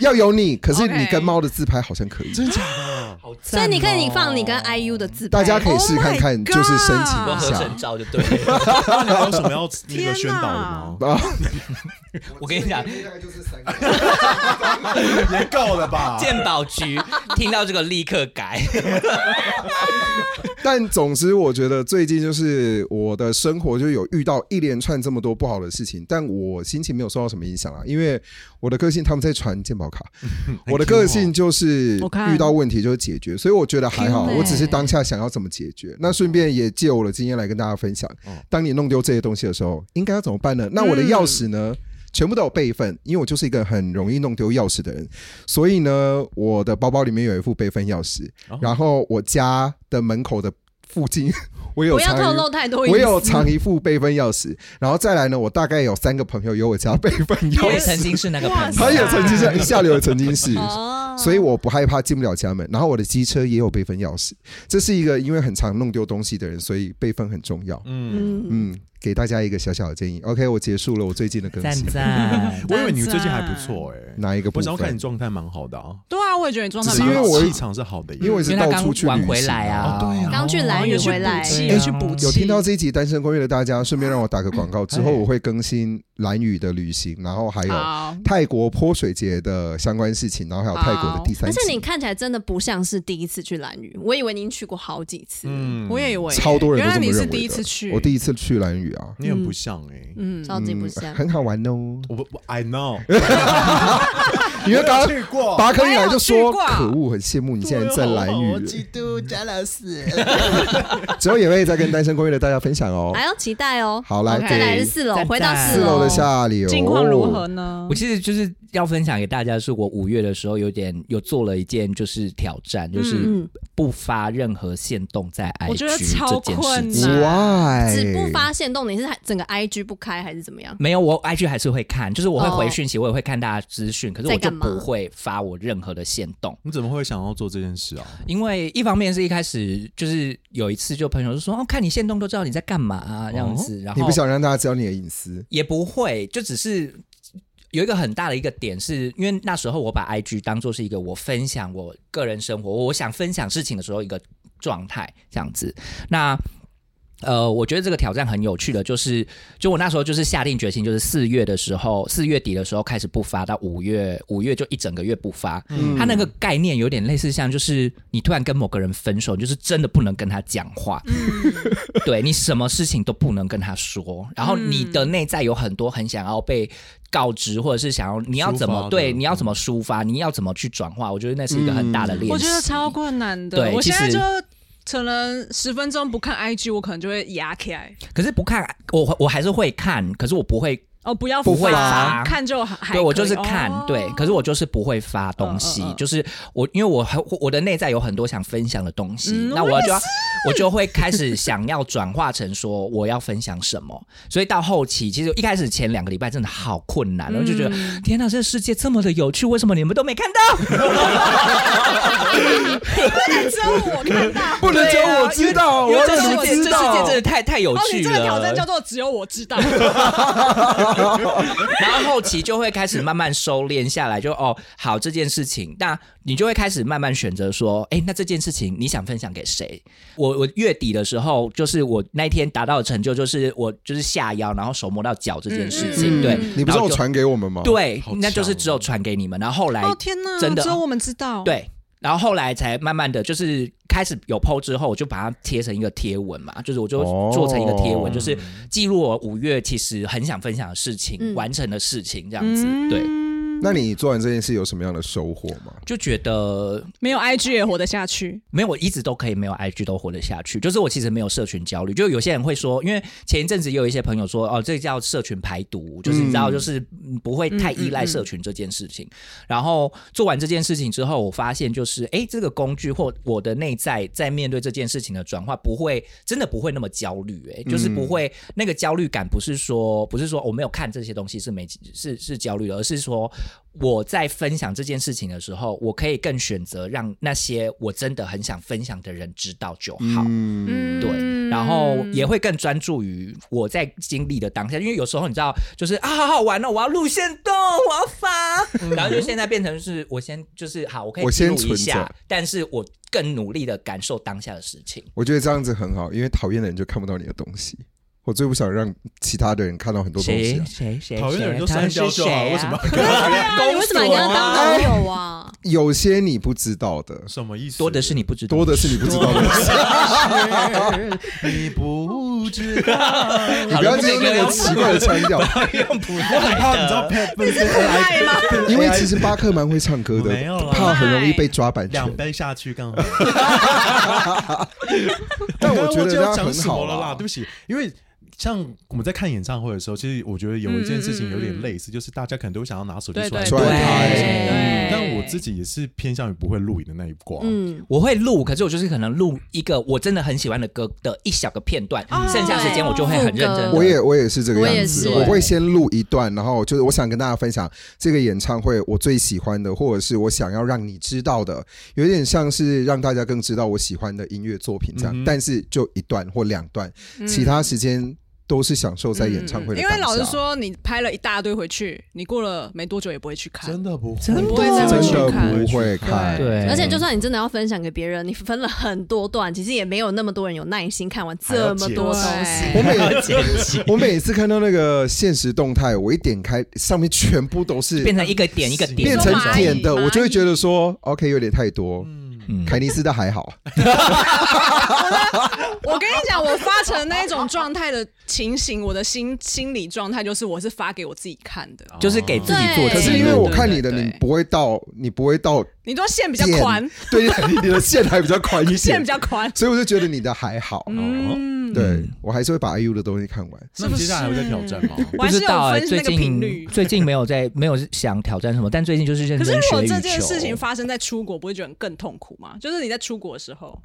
[SPEAKER 4] 要有你。可是你
[SPEAKER 7] OK
[SPEAKER 4] 跟猫的自拍好像可以，
[SPEAKER 6] [laughs]
[SPEAKER 5] 所以你可以放你跟 IU 的自拍，
[SPEAKER 4] 大家可以试看看
[SPEAKER 7] Oh my
[SPEAKER 4] 就是申请
[SPEAKER 3] 我
[SPEAKER 4] 一
[SPEAKER 3] 合
[SPEAKER 4] 下
[SPEAKER 3] 成。照就对了。
[SPEAKER 6] 那你还有什么要那个
[SPEAKER 7] 天
[SPEAKER 6] 宣导的吗？
[SPEAKER 4] [laughs] 啊，
[SPEAKER 3] 我跟你讲，
[SPEAKER 6] [laughs] 也够
[SPEAKER 3] [laughs]
[SPEAKER 6] 了吧？
[SPEAKER 3] 鉴宝局听到这个立刻改，
[SPEAKER 4] [laughs] 但总之，我觉得最近就是我的生活就有遇到一连串这么多不好的事情，但我心情没有受到什么影响啊，因为我的个性他们在传健保卡，我的个性就是
[SPEAKER 7] 我看
[SPEAKER 4] 遇到问题就是解决，所以我觉得还好，
[SPEAKER 7] 天哪
[SPEAKER 4] 我只是当下想要怎么解决，那顺便也借我的经验来跟大家分享，当你弄丢这些东西的时候，应该要怎么办呢？那我的钥匙呢？全部都有备份，因为我就是一个很容易弄丢钥匙的人，所以呢，我的包包里面有一副备份钥匙，然后我家的门口的附近， [laughs] 我有
[SPEAKER 5] 不要
[SPEAKER 4] 藏
[SPEAKER 5] 透
[SPEAKER 4] 一
[SPEAKER 5] 露太多隐私。
[SPEAKER 4] 我有藏一副备份钥匙，然后再来呢，我大概有三个朋友有我家备份
[SPEAKER 3] 我
[SPEAKER 4] 钥
[SPEAKER 3] [laughs] 也曾
[SPEAKER 4] 匙，
[SPEAKER 3] 经是那个朋
[SPEAKER 4] 他
[SPEAKER 3] 友，
[SPEAKER 4] 也曾经是下流，也曾经是。
[SPEAKER 5] 哦，
[SPEAKER 4] 所以我不害怕进不了家门，然后我的机车也有备份钥匙，这是一个因为很常弄丢东西的人，所以备份很重要。
[SPEAKER 6] 嗯，
[SPEAKER 5] 嗯，
[SPEAKER 4] 嗯，给大家一个小小的建议。OK，我结束了我最近的更
[SPEAKER 3] [laughs] 赞
[SPEAKER 4] 新，
[SPEAKER 3] 赞。
[SPEAKER 6] 我以为你最近还不错哎。
[SPEAKER 4] 哪一个部
[SPEAKER 6] 我想要看
[SPEAKER 4] 分
[SPEAKER 6] 你？状态蛮好的啊，
[SPEAKER 7] 对啊，我也觉得你状态
[SPEAKER 4] 只是因
[SPEAKER 7] 蛮
[SPEAKER 4] 为
[SPEAKER 7] 好。
[SPEAKER 4] 我
[SPEAKER 6] 气场是好的耶，
[SPEAKER 4] 因为 [laughs] 我是
[SPEAKER 3] 因为他
[SPEAKER 4] 到
[SPEAKER 3] 刚
[SPEAKER 4] 处去
[SPEAKER 3] 玩
[SPEAKER 4] 旅
[SPEAKER 3] 回
[SPEAKER 4] 行
[SPEAKER 3] 来啊，
[SPEAKER 6] 哦对啊
[SPEAKER 5] 刚去蓝
[SPEAKER 7] 也
[SPEAKER 5] 屿
[SPEAKER 7] 去
[SPEAKER 5] 回来
[SPEAKER 7] 补，气，
[SPEAKER 3] 对啊
[SPEAKER 7] 也去补气。
[SPEAKER 4] 有听到这一集《单身公寓》的大家，顺便让我打个广告。之后
[SPEAKER 6] 哎
[SPEAKER 4] 我会更新蓝雨的旅行，然后还有嗯
[SPEAKER 7] 好，
[SPEAKER 4] 泰国泼水节的相关事情，然后还有泰国的第三
[SPEAKER 5] 而
[SPEAKER 4] 集。
[SPEAKER 5] 且你看起来真的不像是第一次去蓝屿，我以为您去过好几次。
[SPEAKER 6] 嗯
[SPEAKER 7] 我也以为
[SPEAKER 4] 超多人
[SPEAKER 7] 原
[SPEAKER 4] 都
[SPEAKER 7] 来
[SPEAKER 4] 这么
[SPEAKER 7] 你
[SPEAKER 4] 认为
[SPEAKER 7] 是
[SPEAKER 4] 的
[SPEAKER 7] 第一次去，
[SPEAKER 4] 我第一次去蓝雨啊，
[SPEAKER 6] 你很不像哎，
[SPEAKER 7] 嗯，
[SPEAKER 5] 超级不啊像 [laughs]
[SPEAKER 4] 嗯，很好玩哦。
[SPEAKER 6] 我不我，I
[SPEAKER 4] [laughs]
[SPEAKER 6] know，
[SPEAKER 4] 因为刚
[SPEAKER 10] 去过，
[SPEAKER 4] 拔坑一来就
[SPEAKER 7] 我
[SPEAKER 4] 说
[SPEAKER 7] 有去过
[SPEAKER 4] 可恶，很羡慕你现在在蓝
[SPEAKER 10] 我
[SPEAKER 4] 雨，
[SPEAKER 10] 嫉妒贾老师。
[SPEAKER 4] 之后也会再跟《单身公寓》的大家分享哦。
[SPEAKER 5] 还要期待哦。
[SPEAKER 4] 好来
[SPEAKER 3] OK
[SPEAKER 5] 再来
[SPEAKER 4] 给
[SPEAKER 5] 是四楼
[SPEAKER 3] 赞，赞
[SPEAKER 5] 回到
[SPEAKER 4] 四楼的下流，
[SPEAKER 7] 近况如何呢
[SPEAKER 3] 我？其实就是要分享给大家，是我五月的时候有点有做了一件就是挑战，就是
[SPEAKER 5] 嗯
[SPEAKER 3] 不发任何限动在 IG
[SPEAKER 7] 我觉得
[SPEAKER 3] 这
[SPEAKER 7] 超
[SPEAKER 3] 件事
[SPEAKER 7] 困
[SPEAKER 3] 情。
[SPEAKER 7] 难
[SPEAKER 4] 啊？Why？
[SPEAKER 5] 只不发现动，你是整个 IG 不开还是怎么
[SPEAKER 4] [laughs]
[SPEAKER 5] 样？
[SPEAKER 3] 没有，我 IG 还是会看，就是我会
[SPEAKER 5] 哦
[SPEAKER 3] 回讯息，我也会看大家资讯，可是
[SPEAKER 5] 在
[SPEAKER 3] 我就
[SPEAKER 5] 干嘛
[SPEAKER 3] 不会发我任何的限动。
[SPEAKER 6] 你怎么会想要做这件事啊？
[SPEAKER 3] 因为一方面是一开始就是有一次，就朋友就说哦，看你现动都知道你在干嘛、啊、这样子，然后
[SPEAKER 4] 哦你不想让大家知道你的隐私，
[SPEAKER 3] 也不会，就只是有一个很大的一个点是，因为那时候我把 IG 当做是一个我分享我个人生活，我想分享事情的时候一个状态这样子。那呃，我觉得这个挑战很有趣的，就是就我那时候就是下定决心，就是四月的时候，四月底的时候开始不发，到五月，五月就一整个月不发。
[SPEAKER 4] 嗯
[SPEAKER 3] 它那个概念有点类似，像就是你突然跟某个人分手，你就是真的不能跟他讲话，对你什么事情都不能跟他说，然后你的内在有很多很想要被告知，或者是想要你要怎
[SPEAKER 6] 抒发
[SPEAKER 3] 么
[SPEAKER 6] 的
[SPEAKER 3] 对，你要怎么抒发，你要怎么去转化，我觉得那是一个很大的练习。
[SPEAKER 7] 我觉得超困难的。
[SPEAKER 3] 对
[SPEAKER 7] 我
[SPEAKER 3] 其
[SPEAKER 7] 现在
[SPEAKER 3] 实
[SPEAKER 7] 就可能十分钟不看 IG，我可能就会压起来。
[SPEAKER 3] 可是不看，我我还是会看，可是我不会
[SPEAKER 7] 哦，不要
[SPEAKER 3] 不会
[SPEAKER 7] 发
[SPEAKER 3] 发
[SPEAKER 7] 看就还
[SPEAKER 3] 对我就
[SPEAKER 7] 可以
[SPEAKER 3] 是看，
[SPEAKER 7] 哦
[SPEAKER 3] 对，可是我就是不会发东西，
[SPEAKER 7] 嗯嗯嗯
[SPEAKER 3] 就是我因为我很我的内在有很多想分享的东西，
[SPEAKER 7] 嗯
[SPEAKER 3] 那
[SPEAKER 7] 我
[SPEAKER 3] 我就要我就会开始想要转化成说我要分享什么，所以到后期其实一开始前两个礼拜真的好困难，我就觉得、
[SPEAKER 7] 嗯
[SPEAKER 3] 天哪，这世界这么的有趣，为什么你们都没看到？
[SPEAKER 7] 只有我看到。
[SPEAKER 4] 不能只有我知道，
[SPEAKER 3] 因
[SPEAKER 4] 哦我
[SPEAKER 3] 为
[SPEAKER 4] 要
[SPEAKER 3] 这世
[SPEAKER 4] 让你
[SPEAKER 3] 界这世
[SPEAKER 4] 知
[SPEAKER 3] 界
[SPEAKER 4] 道
[SPEAKER 3] 真。的太太有
[SPEAKER 7] 哦，
[SPEAKER 3] 趣
[SPEAKER 7] 你这
[SPEAKER 3] 了。
[SPEAKER 7] 个挑战叫做只有我知
[SPEAKER 3] [laughs]
[SPEAKER 7] 道。
[SPEAKER 3] 然后后期就会开始慢慢收敛下来，就哦，好这件事情，那你就会开始慢慢选择说，哎，那这件事情你想分享给谁？我我月底的时候，就是我那一天达到的成就，就是我就是下腰，然后手摸到脚这件事情，
[SPEAKER 4] 嗯
[SPEAKER 3] 对，
[SPEAKER 4] 你不
[SPEAKER 3] 然
[SPEAKER 4] 是
[SPEAKER 3] 后
[SPEAKER 4] 有
[SPEAKER 3] 就
[SPEAKER 4] 传给我们吗？，哦
[SPEAKER 3] 对
[SPEAKER 6] 好，
[SPEAKER 3] 那就是
[SPEAKER 6] 强
[SPEAKER 3] 只有传给你们，然后后来
[SPEAKER 7] 哦天哪，
[SPEAKER 3] 真的
[SPEAKER 7] 只有我们知道。，
[SPEAKER 3] 对，然后后来才慢慢的就是开始有 PO 之后，我就把它贴成一个贴文嘛，就是我就
[SPEAKER 4] 哦
[SPEAKER 3] 做成一个贴文，就是记录我五月其实很想分享的事情、完成的事情这样子，
[SPEAKER 7] 嗯
[SPEAKER 3] 对，
[SPEAKER 4] 那你做完这件事有什么样的收获吗？
[SPEAKER 3] 就觉得。
[SPEAKER 7] 没有 IG 也活得下去。
[SPEAKER 3] 没有，我一直都可以没有 IG 都活得下去。就是我其实没有社群焦虑。就有些人会说，因为前一阵子也有一些朋友说，哦，这叫社群排毒，就是你知道，就是嗯不会太依赖社群这件事情。然后做完这件事情之后，我发现就是，哎，这个工具或我的内在在面对这件事情的转化，不会真的不会那么焦虑、哎，就是不会、那个焦虑感，不是说不是说我没有看这些东西是没是是焦虑的，而是说我在分享这件事情的时候，我可以更选择让那些我真的很想分享的人知道就好。
[SPEAKER 4] 嗯，
[SPEAKER 3] 对，然后也会更专注于我在经历的当下，因为有时候你知道，就是啊，好好玩哦，我要录线动，我要发，然后就现在变成是我先就是好，我可以
[SPEAKER 4] 我先
[SPEAKER 3] 记录一
[SPEAKER 4] 存
[SPEAKER 3] 下
[SPEAKER 4] 着，
[SPEAKER 3] 但是我更努力的感受当下的事情。
[SPEAKER 4] 我觉得这样子很好，因为讨厌的人就看不到你的东西。我最不想让其他的人看到很多东西、
[SPEAKER 3] 谁
[SPEAKER 4] 啊。
[SPEAKER 3] 谁谁
[SPEAKER 6] 讨厌的人就
[SPEAKER 3] 谁
[SPEAKER 6] 删掉就好，
[SPEAKER 3] 他们
[SPEAKER 6] 为
[SPEAKER 3] 是
[SPEAKER 6] 什
[SPEAKER 3] 谁
[SPEAKER 6] 么 [laughs]
[SPEAKER 3] 啊？
[SPEAKER 6] 要跟他讨厌？
[SPEAKER 5] 那你为什么还跟他当好友啊？
[SPEAKER 4] 有些你不知道的，
[SPEAKER 6] 什么意思？
[SPEAKER 3] 多的是你不知道，
[SPEAKER 4] 多的是你不知道的东西。
[SPEAKER 6] 你不
[SPEAKER 3] [laughs]
[SPEAKER 6] 知道，
[SPEAKER 4] 你不要再用那个奇怪的腔调，
[SPEAKER 6] 我很怕你知道 Pat 被 AI 吗？
[SPEAKER 4] 因为其实巴克蛮会唱歌
[SPEAKER 6] [laughs]
[SPEAKER 4] 的
[SPEAKER 6] 没有，啊啦
[SPEAKER 4] 怕很容易被抓版权
[SPEAKER 6] 两。杯下去刚好。
[SPEAKER 4] [laughs] 但我
[SPEAKER 6] 刚刚忘
[SPEAKER 4] 觉得
[SPEAKER 6] 记
[SPEAKER 4] 这
[SPEAKER 6] 要
[SPEAKER 4] 样
[SPEAKER 6] 讲
[SPEAKER 4] 很
[SPEAKER 6] 什
[SPEAKER 4] 好
[SPEAKER 6] 么了啦，对不起，因为。像我们在看演唱会的时候，其实我觉得有一件事情有点类似，就是大家可能都会想要拿手机
[SPEAKER 7] 对
[SPEAKER 6] 出
[SPEAKER 7] 对
[SPEAKER 6] 来
[SPEAKER 7] 对
[SPEAKER 4] 出来拍
[SPEAKER 7] 对
[SPEAKER 6] 但我自己也是偏向于不会录影的那一挂。
[SPEAKER 5] 嗯，
[SPEAKER 3] 我会录，可是我就是可能录一个我真的很喜欢的歌的一小个片段，剩下时间我就会很认真地。
[SPEAKER 5] 对
[SPEAKER 4] 我也我也是这个
[SPEAKER 5] 我
[SPEAKER 4] 样
[SPEAKER 5] 也是
[SPEAKER 4] 子，我会先录一段，然后就是我想跟大家分享这个演唱会我最喜欢的，或者是我想要让你知道的，有点像是让大家更知道我喜欢的音乐作品这样，但是就一段或两段，其他时间都是享受在演唱会的
[SPEAKER 7] 嗯因
[SPEAKER 4] 当下。
[SPEAKER 7] 为老实说，你拍了一大堆回去，你过了没多久也不会去看。
[SPEAKER 6] 真的不会，
[SPEAKER 7] 不会再回
[SPEAKER 4] 真
[SPEAKER 7] 去
[SPEAKER 4] 的
[SPEAKER 7] 看
[SPEAKER 4] 不会看，
[SPEAKER 3] 对，
[SPEAKER 5] 而且就算你真的要分享给别人，你分了很多段，其实也没有那么多人有耐心看完这么多东西。
[SPEAKER 4] 我每
[SPEAKER 7] [laughs]
[SPEAKER 4] 我每次看到那个现实动态，我一点开上面全部都是
[SPEAKER 3] 变成一个点一个点，
[SPEAKER 4] 变成点的，
[SPEAKER 7] 蚂蚁
[SPEAKER 4] 我就会觉得说，OK，有点太多。
[SPEAKER 3] 嗯
[SPEAKER 4] 凯尼斯的还好，
[SPEAKER 7] 哎我跟你讲，我发成那种状态的情形，我的心心理状态就是我是发给我自己看的。
[SPEAKER 4] 哦
[SPEAKER 3] 就是给自己做记录。
[SPEAKER 5] 对
[SPEAKER 4] 可是因为我看你的，
[SPEAKER 7] 对对
[SPEAKER 4] 你
[SPEAKER 7] 对
[SPEAKER 4] 不会到，你不会到
[SPEAKER 7] 你说线比较
[SPEAKER 4] 点
[SPEAKER 7] 宽，，
[SPEAKER 4] 对，你的线还比较宽一
[SPEAKER 7] [laughs] 线
[SPEAKER 4] 点
[SPEAKER 7] 比，较宽，
[SPEAKER 4] 所以我就觉得你的还好。
[SPEAKER 7] 嗯，
[SPEAKER 4] 对我还是会把 IU 的东西看完。
[SPEAKER 6] 那你接下来还会再挑战吗？ [laughs]
[SPEAKER 7] 我
[SPEAKER 3] 不
[SPEAKER 7] 还是
[SPEAKER 3] 知
[SPEAKER 7] 有
[SPEAKER 3] 道哎、
[SPEAKER 7] 分
[SPEAKER 3] 最
[SPEAKER 7] 那个频率
[SPEAKER 3] 近。最近没有在没有想挑战什么，但最近就是认
[SPEAKER 7] 可是
[SPEAKER 4] 哎
[SPEAKER 3] 真
[SPEAKER 7] 如
[SPEAKER 3] 学
[SPEAKER 7] 果
[SPEAKER 3] 羽
[SPEAKER 7] 这
[SPEAKER 3] 球。
[SPEAKER 7] 件事情发生在出国，不会觉得更痛苦吗？就是你在出国的时候，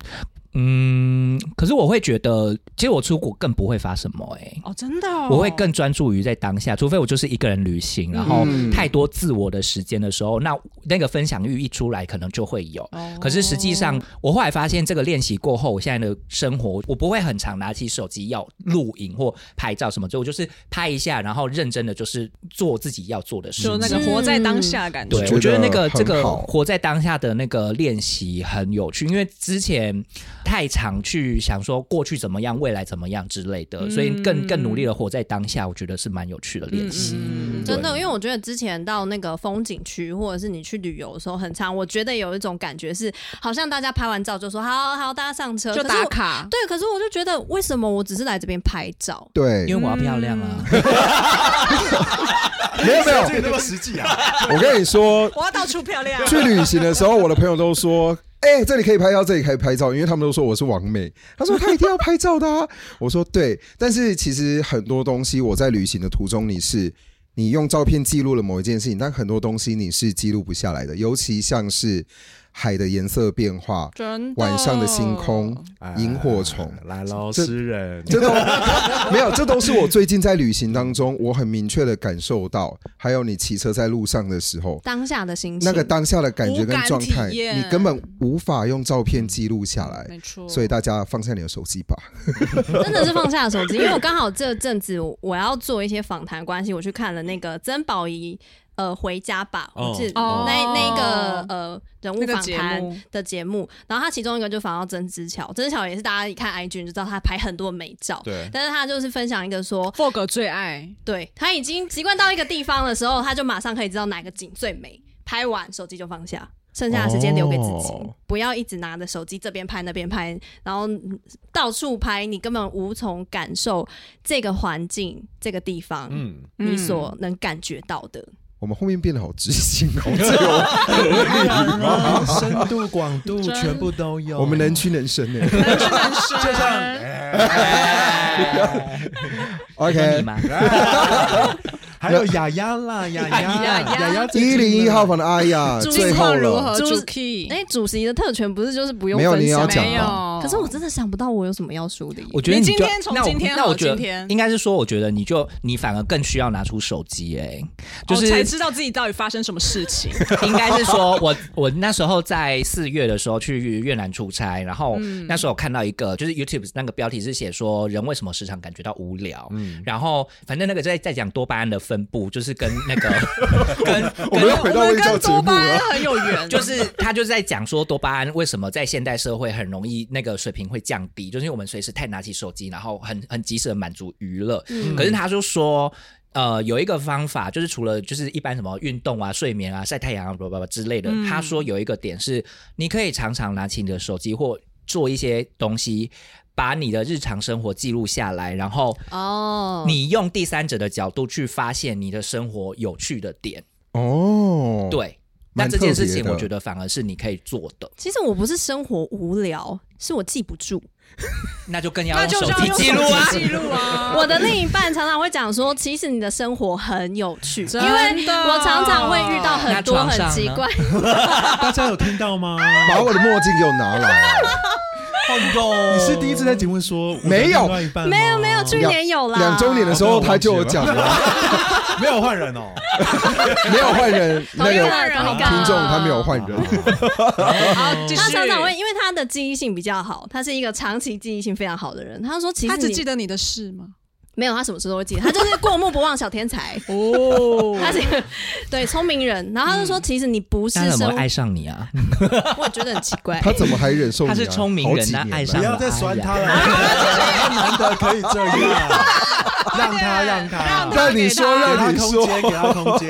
[SPEAKER 3] 嗯，可是我会觉得，其实我出国更不会发什么哎、
[SPEAKER 7] 哦，真的、哦，
[SPEAKER 3] 我会更专注于在当下，除非我就是一个人旅行，然后
[SPEAKER 4] 嗯
[SPEAKER 3] 太多自我的时间的时候，那那个分享欲一出来，可能就会有。
[SPEAKER 7] 哦
[SPEAKER 3] 可是实际
[SPEAKER 4] 哦
[SPEAKER 3] 上，我后来发现，这个练习过后，我现在的生活，我不会很常拿起手机要录影或拍照什么，就我就是拍一下，然后认真的就是做自己要做的事
[SPEAKER 7] 就
[SPEAKER 3] 情。
[SPEAKER 7] 那个活在当下的感觉。
[SPEAKER 3] 对，
[SPEAKER 4] 嗯觉
[SPEAKER 3] 我觉得
[SPEAKER 4] 得
[SPEAKER 3] 那个这
[SPEAKER 4] 很
[SPEAKER 3] 个
[SPEAKER 4] 好
[SPEAKER 3] 活在当下的那个练习很有趣，因为之前太常去想说过去怎么样、未来怎么样之类的，所以更更努力的活在当下，我觉得是蛮有趣的练习。
[SPEAKER 5] 嗯真的，因为我觉得之前到那个风景区，或者是你去旅游的时候，很长，我觉得有一种感觉是，好像大家拍完照就说好好，大家上车
[SPEAKER 7] 就
[SPEAKER 5] 可是我
[SPEAKER 7] 打卡，
[SPEAKER 5] 对，可是我就觉得，为什么我只是来这边拍照？
[SPEAKER 4] 对，
[SPEAKER 3] 因为我要漂亮啊！
[SPEAKER 4] 嗯
[SPEAKER 6] [laughs]
[SPEAKER 4] 没有没有，
[SPEAKER 6] 这 [laughs] 个那么实际
[SPEAKER 4] [laughs]
[SPEAKER 6] 啊！
[SPEAKER 4] 我跟你说，
[SPEAKER 7] 我要到处漂
[SPEAKER 4] [laughs]
[SPEAKER 7] 亮。
[SPEAKER 4] 去旅行的时候，我的朋友都说。 [laughs] 哎、这里可以拍照，这里可以拍照，因为他们都说我是王美。他说他一定要 [laughs] 拍照的、啊，我说对。但是其实很多东西我在旅行的途中，你是你用照片记录了某一件事情，但很多东西你是记录不下来的，尤其像是海的颜色变化、
[SPEAKER 7] 真的
[SPEAKER 4] 晚上的星空、萤火虫。
[SPEAKER 6] 哎来喽，
[SPEAKER 4] 这
[SPEAKER 6] 诗人，
[SPEAKER 4] 这都 [laughs] 没有，这都是我最近在旅行当中，我很明确的感受到。还有你骑车在路上的时候，
[SPEAKER 5] 当下的心情，
[SPEAKER 4] 那个当下的感觉跟状
[SPEAKER 7] 无感
[SPEAKER 4] 态，
[SPEAKER 7] 体验
[SPEAKER 4] 你根本无法用照片记录下来。
[SPEAKER 7] 没错，
[SPEAKER 4] 哎所以大家放下你的手机吧。
[SPEAKER 5] 真的是
[SPEAKER 4] [laughs]
[SPEAKER 5] 放下手机，因为我刚好这阵子我要做一些访谈关系，我去看了那个曾宝仪。呃，回家吧，
[SPEAKER 6] 哦
[SPEAKER 5] 我是那、
[SPEAKER 7] 哦
[SPEAKER 5] 那个呃人物
[SPEAKER 7] 那个
[SPEAKER 5] 访
[SPEAKER 7] 节
[SPEAKER 5] 谈
[SPEAKER 7] 目
[SPEAKER 5] 的节目，然后他其中一个就访到曾之乔，曾之乔也是大家一看 IG 你就知道他拍很多美照，
[SPEAKER 6] 对
[SPEAKER 5] 但是他就是分享一个说，
[SPEAKER 7] Fog 最爱
[SPEAKER 5] 对他已经习惯到一个地方的时候，他就马上可以知道哪个景最美，拍完手机就放下，剩下的时间留给自己，
[SPEAKER 4] 哦
[SPEAKER 5] 不要一直拿着手机这边拍那边拍，然后嗯到处拍，你根本无从感受这个环境、这个地方，
[SPEAKER 6] 嗯，
[SPEAKER 5] 你所能感觉到的。
[SPEAKER 4] 我们后面变得好知性哦， [laughs] 这个
[SPEAKER 6] [laughs] 深度、广度全部都有
[SPEAKER 4] 我我
[SPEAKER 3] [laughs]
[SPEAKER 4] 们能屈能伸呢。 [laughs]
[SPEAKER 6] 就这样，
[SPEAKER 3] 那哎你
[SPEAKER 4] [laughs] OK，
[SPEAKER 3] 吗？
[SPEAKER 6] 还有雅雅啦，雅
[SPEAKER 7] 哎
[SPEAKER 3] 哎
[SPEAKER 6] 雅，雅雅最
[SPEAKER 4] 一
[SPEAKER 6] 近
[SPEAKER 4] 零一号房的阿雅
[SPEAKER 7] 主
[SPEAKER 4] 最后
[SPEAKER 7] 如
[SPEAKER 4] 了，
[SPEAKER 7] 何
[SPEAKER 5] 就是
[SPEAKER 7] 主哦 key
[SPEAKER 5] 哎、主席的特权不是就是不用
[SPEAKER 4] 没有
[SPEAKER 5] 分
[SPEAKER 4] 你要
[SPEAKER 5] 享
[SPEAKER 4] 讲啊
[SPEAKER 7] 没有，
[SPEAKER 5] 可是我真的想不到我有什么要说的耶。
[SPEAKER 3] 我觉得
[SPEAKER 7] 你
[SPEAKER 3] 就
[SPEAKER 7] 今天从
[SPEAKER 3] 那我
[SPEAKER 7] 今天
[SPEAKER 3] 那我
[SPEAKER 7] 好
[SPEAKER 3] 觉
[SPEAKER 7] 今天
[SPEAKER 3] 得应该是说，我觉得你就你反而更需要拿出手机哎、就是
[SPEAKER 7] 哦才知道自己到底发生什么事情，
[SPEAKER 3] [laughs] 应该是说我我那时候在四月的时候去越南出差，然后
[SPEAKER 7] 嗯
[SPEAKER 3] 那时候我看到一个就是 YouTube 那个标题是写说人为什么时常感觉到无聊，
[SPEAKER 7] 嗯
[SPEAKER 3] 然后反正那个在在讲多巴胺的分布，就是跟那个跟
[SPEAKER 4] [laughs] 我
[SPEAKER 3] 跟
[SPEAKER 4] 们又回到微教
[SPEAKER 7] 跟
[SPEAKER 4] 节
[SPEAKER 7] 多
[SPEAKER 4] 目啊
[SPEAKER 7] 巴
[SPEAKER 4] 了。
[SPEAKER 7] 胺很有 [laughs]
[SPEAKER 4] [laughs]
[SPEAKER 7] 缘，
[SPEAKER 3] 就是他就是在讲说多巴胺为什么在现代社会很容易那个水平会降低，就是因为我们随时太拿起手机，然后很很及时的满足娱乐。可是他就说。呃，有一个方法，就是除了就是一般什么运动啊、睡眠啊、晒太阳啊、不不不之类的，他说有一个点是，你可以常常拿起你的手机或做一些东西，把你的日常生活记录下来，然后
[SPEAKER 5] 哦，
[SPEAKER 3] 你用第三者的角度去发现你的生活有趣的点。
[SPEAKER 4] 哦，，
[SPEAKER 3] 对，那
[SPEAKER 4] 蛮
[SPEAKER 3] 这件
[SPEAKER 4] 特
[SPEAKER 3] 事
[SPEAKER 4] 别
[SPEAKER 3] 情
[SPEAKER 4] 的
[SPEAKER 3] 我觉得反而是你可以做的。
[SPEAKER 5] 其实我不是生活无聊，是我记不住。
[SPEAKER 3] 那就更要
[SPEAKER 7] 那
[SPEAKER 3] 用
[SPEAKER 7] 就是
[SPEAKER 3] 手
[SPEAKER 7] 要
[SPEAKER 3] 机
[SPEAKER 7] 用
[SPEAKER 3] 记录啊
[SPEAKER 7] 手。机记录啊，
[SPEAKER 5] [laughs] 我的另一半常常会讲说，其实你的生活很有趣，因
[SPEAKER 7] 真
[SPEAKER 5] 为
[SPEAKER 7] 的
[SPEAKER 5] 我常常会遇到很多
[SPEAKER 3] 那床上
[SPEAKER 5] 很
[SPEAKER 3] 呢
[SPEAKER 5] 奇怪。
[SPEAKER 6] 大家有听到吗？
[SPEAKER 4] 把我的墨镜给我拿来。 [laughs]
[SPEAKER 3] 哎呦
[SPEAKER 6] 你是第一次在节目说
[SPEAKER 4] 没有
[SPEAKER 5] [laughs] 没有没有，去年有啦，
[SPEAKER 4] 两周年的时候他就有讲了，
[SPEAKER 6] [laughs] 没有换人哦，
[SPEAKER 4] 没有换人，那
[SPEAKER 5] 同一
[SPEAKER 4] 个
[SPEAKER 5] 个同一个
[SPEAKER 4] 听众他没有换人，
[SPEAKER 7] 哦好，继续
[SPEAKER 5] 他常常会，因为他的记忆性比较好，他是一个长期记忆性非常好的人。他说，其
[SPEAKER 7] 他
[SPEAKER 5] 实
[SPEAKER 7] 只
[SPEAKER 5] 你
[SPEAKER 7] 记得你的事吗？。
[SPEAKER 5] 没有，他什么事都会记得，他就是过目不忘小天才
[SPEAKER 4] [laughs]
[SPEAKER 7] 哦
[SPEAKER 5] 他是一个对聪明人，然后他就说，其实你不是
[SPEAKER 3] 他怎
[SPEAKER 5] 生
[SPEAKER 3] 么
[SPEAKER 5] 活
[SPEAKER 3] 会，爱上你啊？
[SPEAKER 5] 我也觉得很奇怪。
[SPEAKER 4] 他怎么还忍受你啊？
[SPEAKER 3] 他是聪明人
[SPEAKER 4] 好几年了
[SPEAKER 3] 爱上啊
[SPEAKER 6] 不
[SPEAKER 3] 了
[SPEAKER 6] 要再酸他了， [laughs] 他难得可以这样，让他让他
[SPEAKER 7] 让
[SPEAKER 4] 让你说，
[SPEAKER 6] 给他
[SPEAKER 4] 让你
[SPEAKER 6] 空
[SPEAKER 4] 说，
[SPEAKER 6] 间，给他空间，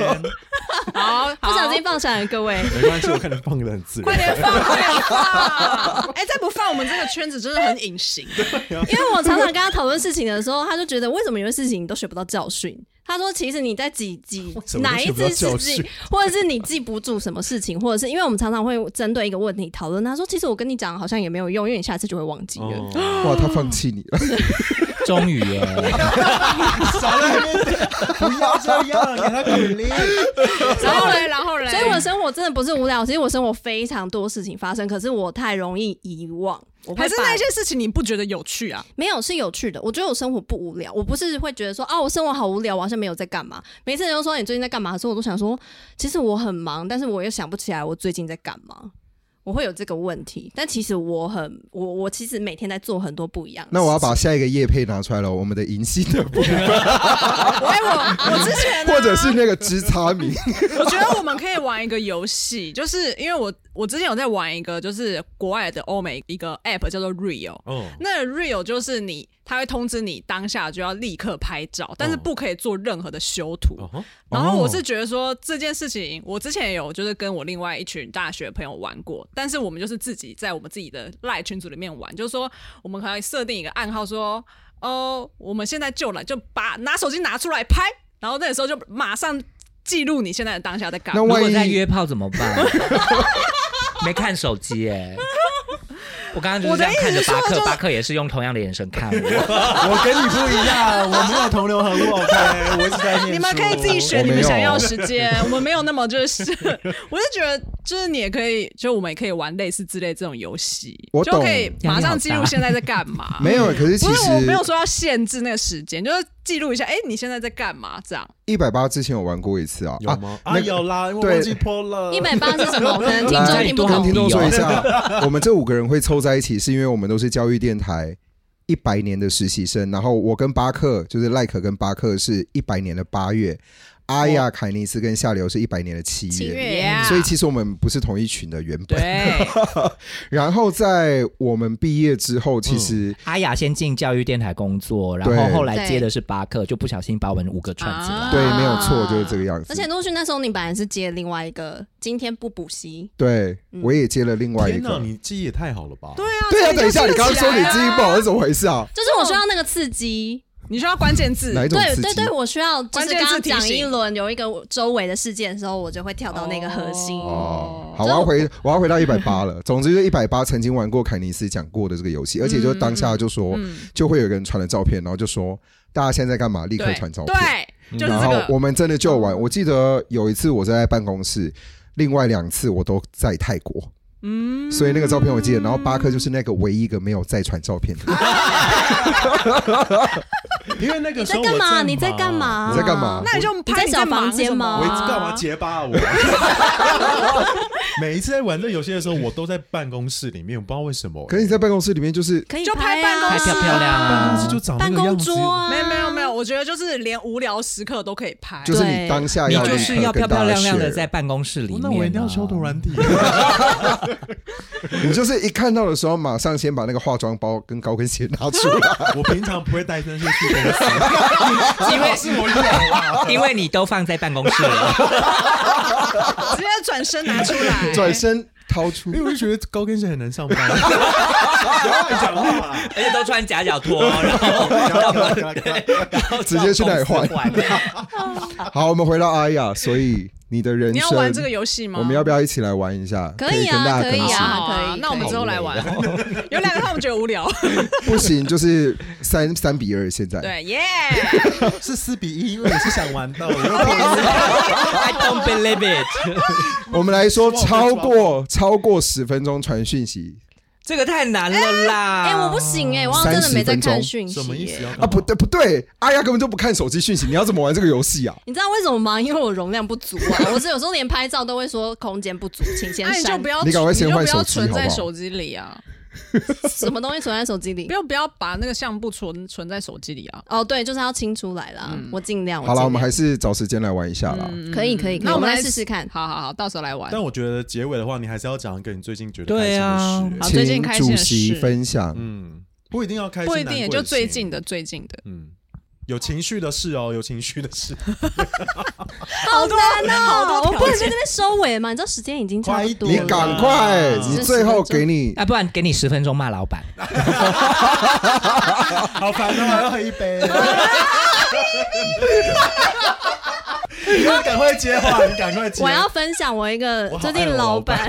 [SPEAKER 7] [laughs] 好，
[SPEAKER 5] 不
[SPEAKER 7] 好
[SPEAKER 5] 小心放闪了，各位。
[SPEAKER 6] 没关系，我可能放的很自
[SPEAKER 7] 快
[SPEAKER 6] 然。
[SPEAKER 7] 点放，快点放！哎，再不放，我们这个圈子真的很
[SPEAKER 4] [laughs]
[SPEAKER 7] 隐形。
[SPEAKER 5] 因为我常常跟他讨论事情的时候，他就觉得为什么有些事情你都学不到教训？他说，其实你在几几
[SPEAKER 6] 什么都
[SPEAKER 5] 哪一
[SPEAKER 6] 学不到
[SPEAKER 5] 次
[SPEAKER 6] 教
[SPEAKER 5] 事
[SPEAKER 6] 训
[SPEAKER 5] 情，或者是你记不住什么事情，或者是因为我们常常会针对一个问题讨论。他说，其实我跟你讲好像也没有用，因为你下次就会忘记了。
[SPEAKER 6] 哦
[SPEAKER 4] 哇，他放弃你 [laughs] 了，
[SPEAKER 3] 终于耶！
[SPEAKER 6] 少在那边，不要这样，给他鼓励。
[SPEAKER 7] 然后嘞，然后嘞，
[SPEAKER 5] 所以我的生活真的不是无聊，其实我生活非常多事情发生，可是我太容易遗忘。我会
[SPEAKER 7] 还是
[SPEAKER 5] 把
[SPEAKER 7] 那些事情你不觉得有趣啊？
[SPEAKER 5] 没有是有趣的，我觉得我生活不无聊，我不是会觉得说啊，我生活好无聊，我好像没有在干嘛。每次人都说哎你最近在干嘛的时候，我都想说，其实我很忙，但是我又想不起来我最近在干嘛。我会有这个问题，但其实我很我我其实每天在做很多不一样的事情。
[SPEAKER 4] [laughs] 那我要把下一个叶配拿出来了，我们的银杏的部分，
[SPEAKER 7] 哎，我我之前呢
[SPEAKER 4] 或者是那个枝叉名，
[SPEAKER 7] 我觉得我们可以玩一个游戏，就是因为我我之前有在玩一个，就是国外的欧美一个 app 叫做 Real，
[SPEAKER 6] 嗯，
[SPEAKER 7] 那 Real 就是你，它会通知你当下就要立刻拍照，但是不可以做任何的修图。
[SPEAKER 6] 哦
[SPEAKER 7] 然
[SPEAKER 4] 哦
[SPEAKER 7] 后我是觉得说这件事情，我之前也有就是跟我另外一群大学朋友玩过，但是我们就是自己在我们自己的赖群组里面玩，就是说我们可以设定一个暗号说，哦，我们现在就来，就把拿手机拿出来拍，然后那个时候就马上记录你现在的当下在干嘛
[SPEAKER 4] 那。
[SPEAKER 3] 如 [laughs]
[SPEAKER 4] 万
[SPEAKER 3] 果在
[SPEAKER 4] 一
[SPEAKER 3] 约炮怎么办？没看手机耶，我刚刚就是
[SPEAKER 7] 我
[SPEAKER 3] 这
[SPEAKER 7] 的
[SPEAKER 3] 样看着
[SPEAKER 7] 意思是
[SPEAKER 3] 巴
[SPEAKER 7] 说
[SPEAKER 3] 克，
[SPEAKER 7] 就是
[SPEAKER 3] 巴克也是用同样的眼神看我。
[SPEAKER 10] 我跟你不一样，我没有同流合污，OK，我一直在念书。
[SPEAKER 7] 你们可以自己选
[SPEAKER 4] 我
[SPEAKER 7] 你
[SPEAKER 4] 没
[SPEAKER 7] 们
[SPEAKER 4] 有啊
[SPEAKER 7] 想要的时间，
[SPEAKER 4] [laughs]
[SPEAKER 7] 我们没有那么就是，我就觉得就是你也可以，就我们也可以玩类似之类这种游戏，
[SPEAKER 4] 我。
[SPEAKER 7] 就可以
[SPEAKER 3] 懂
[SPEAKER 7] 马上记录现在在干嘛
[SPEAKER 6] 啊
[SPEAKER 4] 没有，可是其
[SPEAKER 7] 不是，我没
[SPEAKER 4] 实
[SPEAKER 7] 有说要限制那个时间，就是记录一下，哎、你现在在干嘛？这样
[SPEAKER 4] 一百八之前有玩过一次啊，
[SPEAKER 6] 有
[SPEAKER 4] 啊，
[SPEAKER 6] 吗？
[SPEAKER 4] 那
[SPEAKER 6] 啊，
[SPEAKER 4] 个
[SPEAKER 6] 有啦，因为
[SPEAKER 4] 对
[SPEAKER 6] 我忘记 PO 了。
[SPEAKER 5] 一百八是什么？可能听众
[SPEAKER 4] 来
[SPEAKER 5] 听不
[SPEAKER 4] 跟
[SPEAKER 5] 懂。
[SPEAKER 4] 听众
[SPEAKER 7] 哦
[SPEAKER 4] 说一下，
[SPEAKER 6] [laughs]
[SPEAKER 4] 我们这五个人会凑在一起，是因为我们都是教育电台一百年的实习生。然后我跟巴克，就是赖可跟巴克是一百年的八月，阿
[SPEAKER 7] 哦
[SPEAKER 4] 亚、凯尼斯跟下流是一百年的七
[SPEAKER 5] 七
[SPEAKER 4] 月。
[SPEAKER 5] 月
[SPEAKER 7] Yeah
[SPEAKER 4] 所以其实我们不是同一群的原本。
[SPEAKER 7] 对，
[SPEAKER 4] 然后在我们毕业之后，其实
[SPEAKER 3] [laughs] 阿雅先进教育电台工作，然后
[SPEAKER 4] 对
[SPEAKER 3] 后来接的是巴克，就不小心把我们五个串起来。
[SPEAKER 7] 啊
[SPEAKER 4] 对，没有错，就是这个样
[SPEAKER 5] 而
[SPEAKER 4] 子
[SPEAKER 5] 且。陆逊那时候你本来是接另外一个，今天不补习，
[SPEAKER 4] 对，
[SPEAKER 7] 嗯
[SPEAKER 4] 我也接了另外一
[SPEAKER 6] 天哪，
[SPEAKER 4] 个。
[SPEAKER 6] 你记忆也太好了吧？
[SPEAKER 7] 对啊，
[SPEAKER 4] 对啊，
[SPEAKER 7] 这
[SPEAKER 4] 等一下，
[SPEAKER 7] 就
[SPEAKER 4] 你刚刚
[SPEAKER 7] 记起
[SPEAKER 4] 说
[SPEAKER 7] 来
[SPEAKER 4] 你
[SPEAKER 7] 啊
[SPEAKER 4] 记忆不好是怎么回事啊？
[SPEAKER 5] 就是我需要那个刺激。
[SPEAKER 7] 你说要关键字，
[SPEAKER 4] 哪一种
[SPEAKER 5] 对
[SPEAKER 4] 刺
[SPEAKER 5] 对
[SPEAKER 4] 激？
[SPEAKER 5] 对，我需要就
[SPEAKER 7] 关
[SPEAKER 5] 是
[SPEAKER 7] 键
[SPEAKER 5] 刚
[SPEAKER 7] 字
[SPEAKER 5] 刚
[SPEAKER 7] 提
[SPEAKER 5] 讲一
[SPEAKER 7] 醒
[SPEAKER 5] 轮有一个周围的事件的时候，我就会跳到那个核心。
[SPEAKER 4] 哦，好，
[SPEAKER 5] 所以
[SPEAKER 4] 我要
[SPEAKER 5] 我
[SPEAKER 4] 回我要回到一百八了。 [laughs] 总之就一百八曾经玩过凯尼斯讲过的这个游戏，而且就当下就说，就会有一个人传了照片，然后就说大家现在在干嘛？立刻
[SPEAKER 7] 对
[SPEAKER 4] 传照片。
[SPEAKER 7] 对，就是
[SPEAKER 4] 然
[SPEAKER 7] 这
[SPEAKER 4] 后
[SPEAKER 7] 个。
[SPEAKER 4] 我们真的就玩。我记得有一次我在办公室，另外两次我都在泰国。嗯，所以那个照片我记得，然后巴克就是那个唯一一个没有再传照片的人。
[SPEAKER 6] 因为那个
[SPEAKER 5] 你
[SPEAKER 6] 时
[SPEAKER 5] 在
[SPEAKER 6] 候
[SPEAKER 5] 干
[SPEAKER 6] 我
[SPEAKER 5] 嘛？
[SPEAKER 6] 忙
[SPEAKER 5] 你在干？嘛？
[SPEAKER 4] 你在干嘛？
[SPEAKER 7] 那你哎就
[SPEAKER 5] 你在
[SPEAKER 7] 拍
[SPEAKER 5] 小房间吗
[SPEAKER 6] 我一直干嘛结巴啊我？ [laughs] 每一次在玩这游戏的时候，我都在办公室里面，我不知道为什么。
[SPEAKER 4] 可是你在办公室里面就是
[SPEAKER 5] 可以
[SPEAKER 7] 就拍办
[SPEAKER 5] 啊
[SPEAKER 7] 公
[SPEAKER 3] 拍
[SPEAKER 7] 室
[SPEAKER 3] 漂漂亮
[SPEAKER 6] 办公室
[SPEAKER 3] 啊！
[SPEAKER 6] 就长那
[SPEAKER 5] 办
[SPEAKER 6] 个样
[SPEAKER 5] 公
[SPEAKER 6] 子
[SPEAKER 5] 桌。啊，
[SPEAKER 7] 没有没有没有，我觉得就是连无聊时刻都可以拍，啊
[SPEAKER 4] 就是
[SPEAKER 5] 对
[SPEAKER 4] 你当下
[SPEAKER 3] 你
[SPEAKER 4] 要
[SPEAKER 3] 就
[SPEAKER 4] 立
[SPEAKER 3] 是
[SPEAKER 4] 刻
[SPEAKER 3] 要
[SPEAKER 4] 跟
[SPEAKER 3] 漂
[SPEAKER 4] 大
[SPEAKER 3] 漂
[SPEAKER 4] 家
[SPEAKER 3] 亮亮的
[SPEAKER 4] share
[SPEAKER 3] 在办公室里面啊、
[SPEAKER 6] 哦那我一定要修图软体。
[SPEAKER 4] [laughs] 你就是一看到的时候，马上先把那个化妆包跟高跟鞋拿出来。
[SPEAKER 6] 我平常不会带这些去公司，
[SPEAKER 3] 因为是我因为 [laughs] 你都放在办公室了，
[SPEAKER 7] 直接转身拿出来，
[SPEAKER 4] [laughs] 转身掏出
[SPEAKER 6] 因为。我就觉得高跟鞋很难上班。不要乱讲话啦！
[SPEAKER 3] 而且都穿夹脚 [laughs] 拖，然后然后
[SPEAKER 4] 直接去那里换
[SPEAKER 3] 换。
[SPEAKER 4] 好，我们回到阿雅，所以你的人
[SPEAKER 7] [laughs] 你要
[SPEAKER 4] 生，
[SPEAKER 7] 玩这个游戏吗？
[SPEAKER 4] 我们要不要一起来玩一下？
[SPEAKER 5] 可
[SPEAKER 4] 以
[SPEAKER 5] 以啊，
[SPEAKER 4] 跟大家
[SPEAKER 5] 可以
[SPEAKER 4] 更新。
[SPEAKER 5] 啊，
[SPEAKER 7] 好啊
[SPEAKER 5] 可以。
[SPEAKER 7] 那我们
[SPEAKER 5] 可以
[SPEAKER 7] 之后来玩，啊有两个他们觉得无聊，
[SPEAKER 4] 不行，就是三 [laughs] 三比二，现在。
[SPEAKER 7] 对耶，
[SPEAKER 10] 是四比一，因为你是想玩
[SPEAKER 3] [laughs]
[SPEAKER 10] 到，我又
[SPEAKER 3] I don't believe it，
[SPEAKER 4] 我们来说，超过超过十分钟传讯息
[SPEAKER 3] 这个太难了啦！
[SPEAKER 5] 哎，我不行哎，我好像真的没在看讯息
[SPEAKER 6] 什么意思
[SPEAKER 5] 耶。
[SPEAKER 6] 要
[SPEAKER 4] 啊，不对不对，阿雅根本就不看手机讯息，你要怎么玩这个游戏啊？
[SPEAKER 5] 你知道为什么吗？因为我容量不足啊，我是有时候连拍照都会说空间不足，请
[SPEAKER 7] [laughs]
[SPEAKER 5] 先
[SPEAKER 7] 那啊哎你就
[SPEAKER 5] 删
[SPEAKER 7] 不。要，
[SPEAKER 4] 你赶快先
[SPEAKER 7] 就
[SPEAKER 4] 换
[SPEAKER 7] 不要
[SPEAKER 4] 手机
[SPEAKER 7] 存
[SPEAKER 4] 好
[SPEAKER 7] 在
[SPEAKER 4] 不好
[SPEAKER 7] 手机里啊，
[SPEAKER 5] 什么东西存在手机里
[SPEAKER 7] 不？要不要把那个相簿存存在手机里啊。
[SPEAKER 5] 哦，对，就是要清出来啦。
[SPEAKER 7] 嗯
[SPEAKER 5] 我尽量。
[SPEAKER 4] 好了，我们还
[SPEAKER 5] 是
[SPEAKER 4] 是找时间来玩一下啦。
[SPEAKER 5] 可以，可以。可以
[SPEAKER 7] 嗯那我
[SPEAKER 5] 我
[SPEAKER 7] 们
[SPEAKER 5] 们
[SPEAKER 7] 来
[SPEAKER 5] 来试试看。
[SPEAKER 7] 好好好，到时候来玩
[SPEAKER 6] 但。我觉得结尾的话，你还是要讲一个你最近觉得开
[SPEAKER 3] 对
[SPEAKER 6] 心
[SPEAKER 3] 啊
[SPEAKER 6] 的事
[SPEAKER 7] 好。最近
[SPEAKER 4] 请
[SPEAKER 7] 开心
[SPEAKER 4] 主
[SPEAKER 7] 的
[SPEAKER 4] 席
[SPEAKER 7] 事
[SPEAKER 4] 分享，
[SPEAKER 6] 嗯，不一定要开心，
[SPEAKER 7] 不一定，也
[SPEAKER 6] 难过
[SPEAKER 7] 就
[SPEAKER 6] 行
[SPEAKER 7] 最近的。最近的，
[SPEAKER 6] 嗯，有情绪的事哦，有情绪的
[SPEAKER 4] [laughs]
[SPEAKER 6] 事。
[SPEAKER 5] 好难
[SPEAKER 7] 好
[SPEAKER 5] 哦
[SPEAKER 7] 多条，
[SPEAKER 5] 我
[SPEAKER 7] 件
[SPEAKER 5] 不能在那边收尾嘛，你知道时间已经差不多
[SPEAKER 4] 你
[SPEAKER 5] 了。
[SPEAKER 4] 赶快，
[SPEAKER 7] 嗯
[SPEAKER 4] 你最后给你
[SPEAKER 7] 呃
[SPEAKER 3] 啊，不然给你十分钟骂老板。
[SPEAKER 6] 好烦哦，还要喝一杯。
[SPEAKER 10] 你们赶快接话，你赶快接
[SPEAKER 5] 我。要分享我一个
[SPEAKER 6] 我
[SPEAKER 5] 最
[SPEAKER 6] 好爱
[SPEAKER 5] 近
[SPEAKER 6] 我
[SPEAKER 5] 老
[SPEAKER 6] 老
[SPEAKER 5] 板